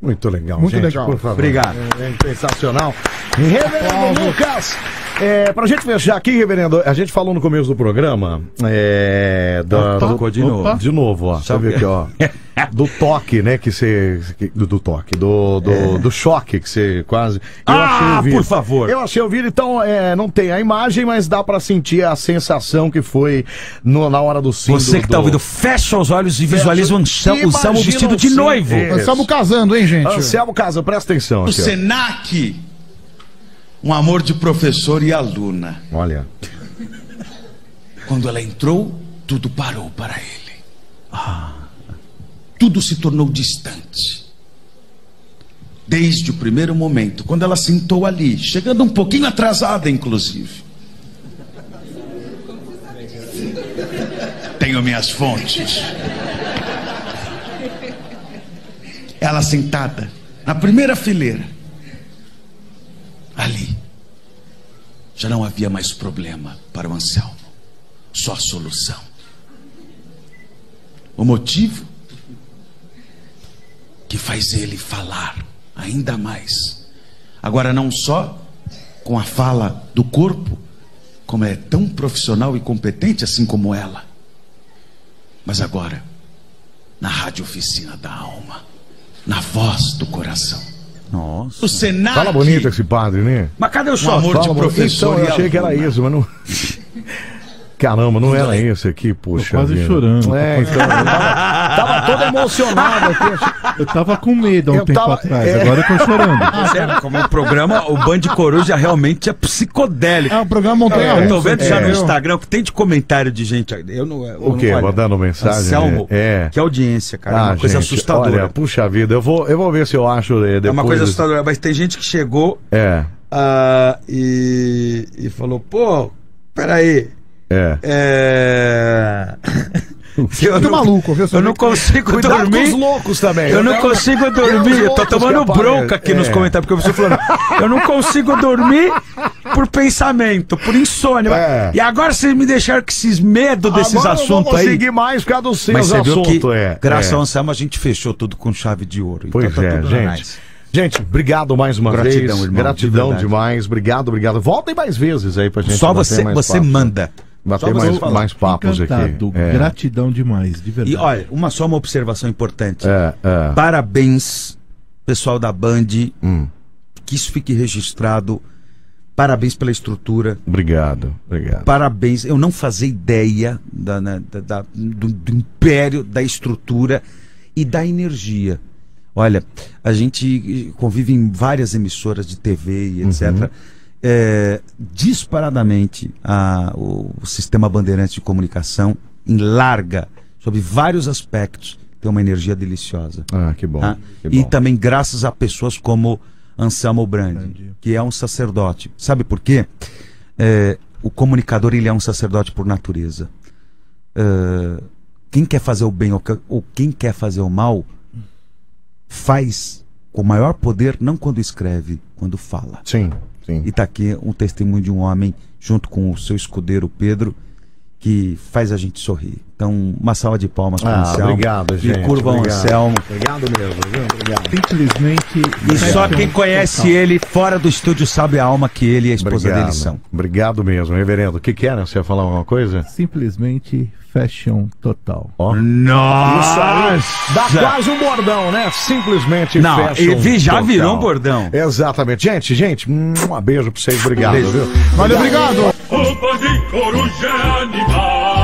Muito legal, Muito gente, legal. por favor. Obrigado. É, é sensacional. Reverendo Lucas, é, pra gente fechar aqui, reverendo, a gente falou no começo do programa é, da, Opa, do- tocou de novo. De novo, ó. Deixa eu ver aqui, ó. (laughs) Do toque, né? Que você. que- Do, do toque, do, do, do choque que você quase. Eu É. Ah, o vídeo. por favor. Eu achei o vídeo, então é, não tem a imagem, mas dá pra sentir a sensação que foi no- na hora do sim. Você do- que tá do- ouvindo, fecha os olhos e visualiza Então, o Ansel- o Anselmo Imagina vestido de o Anselmo. noivo. É. Estamos casando, hein, gente? Anselmo Casa, presta atenção O aqui. ó. SENAC, um amor de professor e aluna. Olha. Quando ela entrou, tudo parou para ele. Tudo se tornou distante. Desde o primeiro momento, quando ela sentou ali, chegando um pouquinho atrasada, inclusive. Tenho minhas fontes. Ela sentada na primeira fileira. Ali. Já não havia mais problema para o Anselmo só a solução. O motivo que faz ele falar ainda mais. Agora, não só com a fala do corpo, como é tão profissional e competente assim como ela, mas agora na rádio oficina da alma, na voz do coração. Nossa. O Senac. Fala bonito esse padre, né? Mas cadê o Um choque? amor Fala, de mano. professor. Então, e eu achei que era aluna. isso, mas (laughs) não. Caramba, não era esse aqui, poxa. Tô quase vida. chorando, É, (laughs) tô tá então, eu tava, tava todo emocionado aqui. Eu tava com medo há um Eu tempo tava- atrás, é. agora eu tô (laughs) chorando. Tá certo, Como o programa, o Band Coruja realmente é psicodélico. É o programa Montanha Eu Russa. é. tô vendo já no entendeu? É. Instagram o que tem de comentário de gente. aí. Eu não, eu O quê? não olho. Mandando mensagem, Anselmo, né? É. Ah, que audiência, cara. é uma coisa gente, assustadora. Olha, puxa vida, eu vou, eu vou ver se eu acho. eh, Depois é uma coisa desse- assustadora. Mas tem gente que chegou É, ah, e, e falou: pô, peraí. é. É. Eu Muito não, maluco, viu? eu não consigo Cuidado com dormir. os loucos também. Eu não consigo dormir. Eu tô outros que tomando aparecem. bronca aqui É. nos comentários, porque você falando. Eu não consigo dormir por pensamento, por insônia. É. E agora vocês me deixaram com esses medos desses Agora eu não assuntos vou aí. conseguir mais por causa dos Mas seus você viu que, assuntos, é. graças é. ao Anselmo, a gente fechou tudo com chave de ouro. Pois então tá é, tudo gente. nice. Gente, obrigado mais uma Gratidão, vez. irmão, Gratidão de verdade. demais. Obrigado, obrigado. Voltem mais vezes aí pra gente. Só bater você, mais você papo. manda. Bater Só você mais, falar. mais papos Encantado, aqui. É. gratidão demais, de verdade. E olha, uma só uma observação importante. É, é. Parabéns, pessoal da Band. Hum. Que isso fique registrado. Parabéns pela estrutura. Obrigado, obrigado. Parabéns. Eu não fazia ideia da, né, da- da- do, do império, da estrutura e da energia. Olha, a gente convive em várias emissoras de TV Uhum. e etc. É, disparadamente, a- o, o sistema bandeirante de comunicação em larga, sobre vários aspectos, tem uma energia deliciosa. Ah, que bom. tá? que E bom. também graças a pessoas como Anselmo Brandi, que é um sacerdote. Sabe por quê? É, o comunicador ele é um sacerdote por natureza. É, Quem quer fazer o bem ou que- ou quem quer fazer o mal, faz com o maior poder, não quando escreve, quando fala. Sim, sim. E tá aqui um testemunho de um homem, junto com o seu escudeiro Pedro, que faz a gente sorrir. Então, uma salva de palmas para o Ah, Anselmo. obrigado, gente. E curvam o obrigado. Anselmo. Obrigado mesmo, viu? Obrigado. Simplesmente. E só quem conhece ele fora do estúdio sabe a alma que ele e a esposa Obrigado. dele são. Obrigado mesmo, reverendo. O que que era? Você ia falar alguma coisa? Simplesmente fashion total. Ó. Nossa! Dá quase um bordão, né? Simplesmente Não, Ah, fashion e vi- já total. virou um bordão. Exatamente. Gente, gente, um beijo pra vocês. Obrigado, Beijo. viu? Valeu, obrigado! Roupa de coruja animal.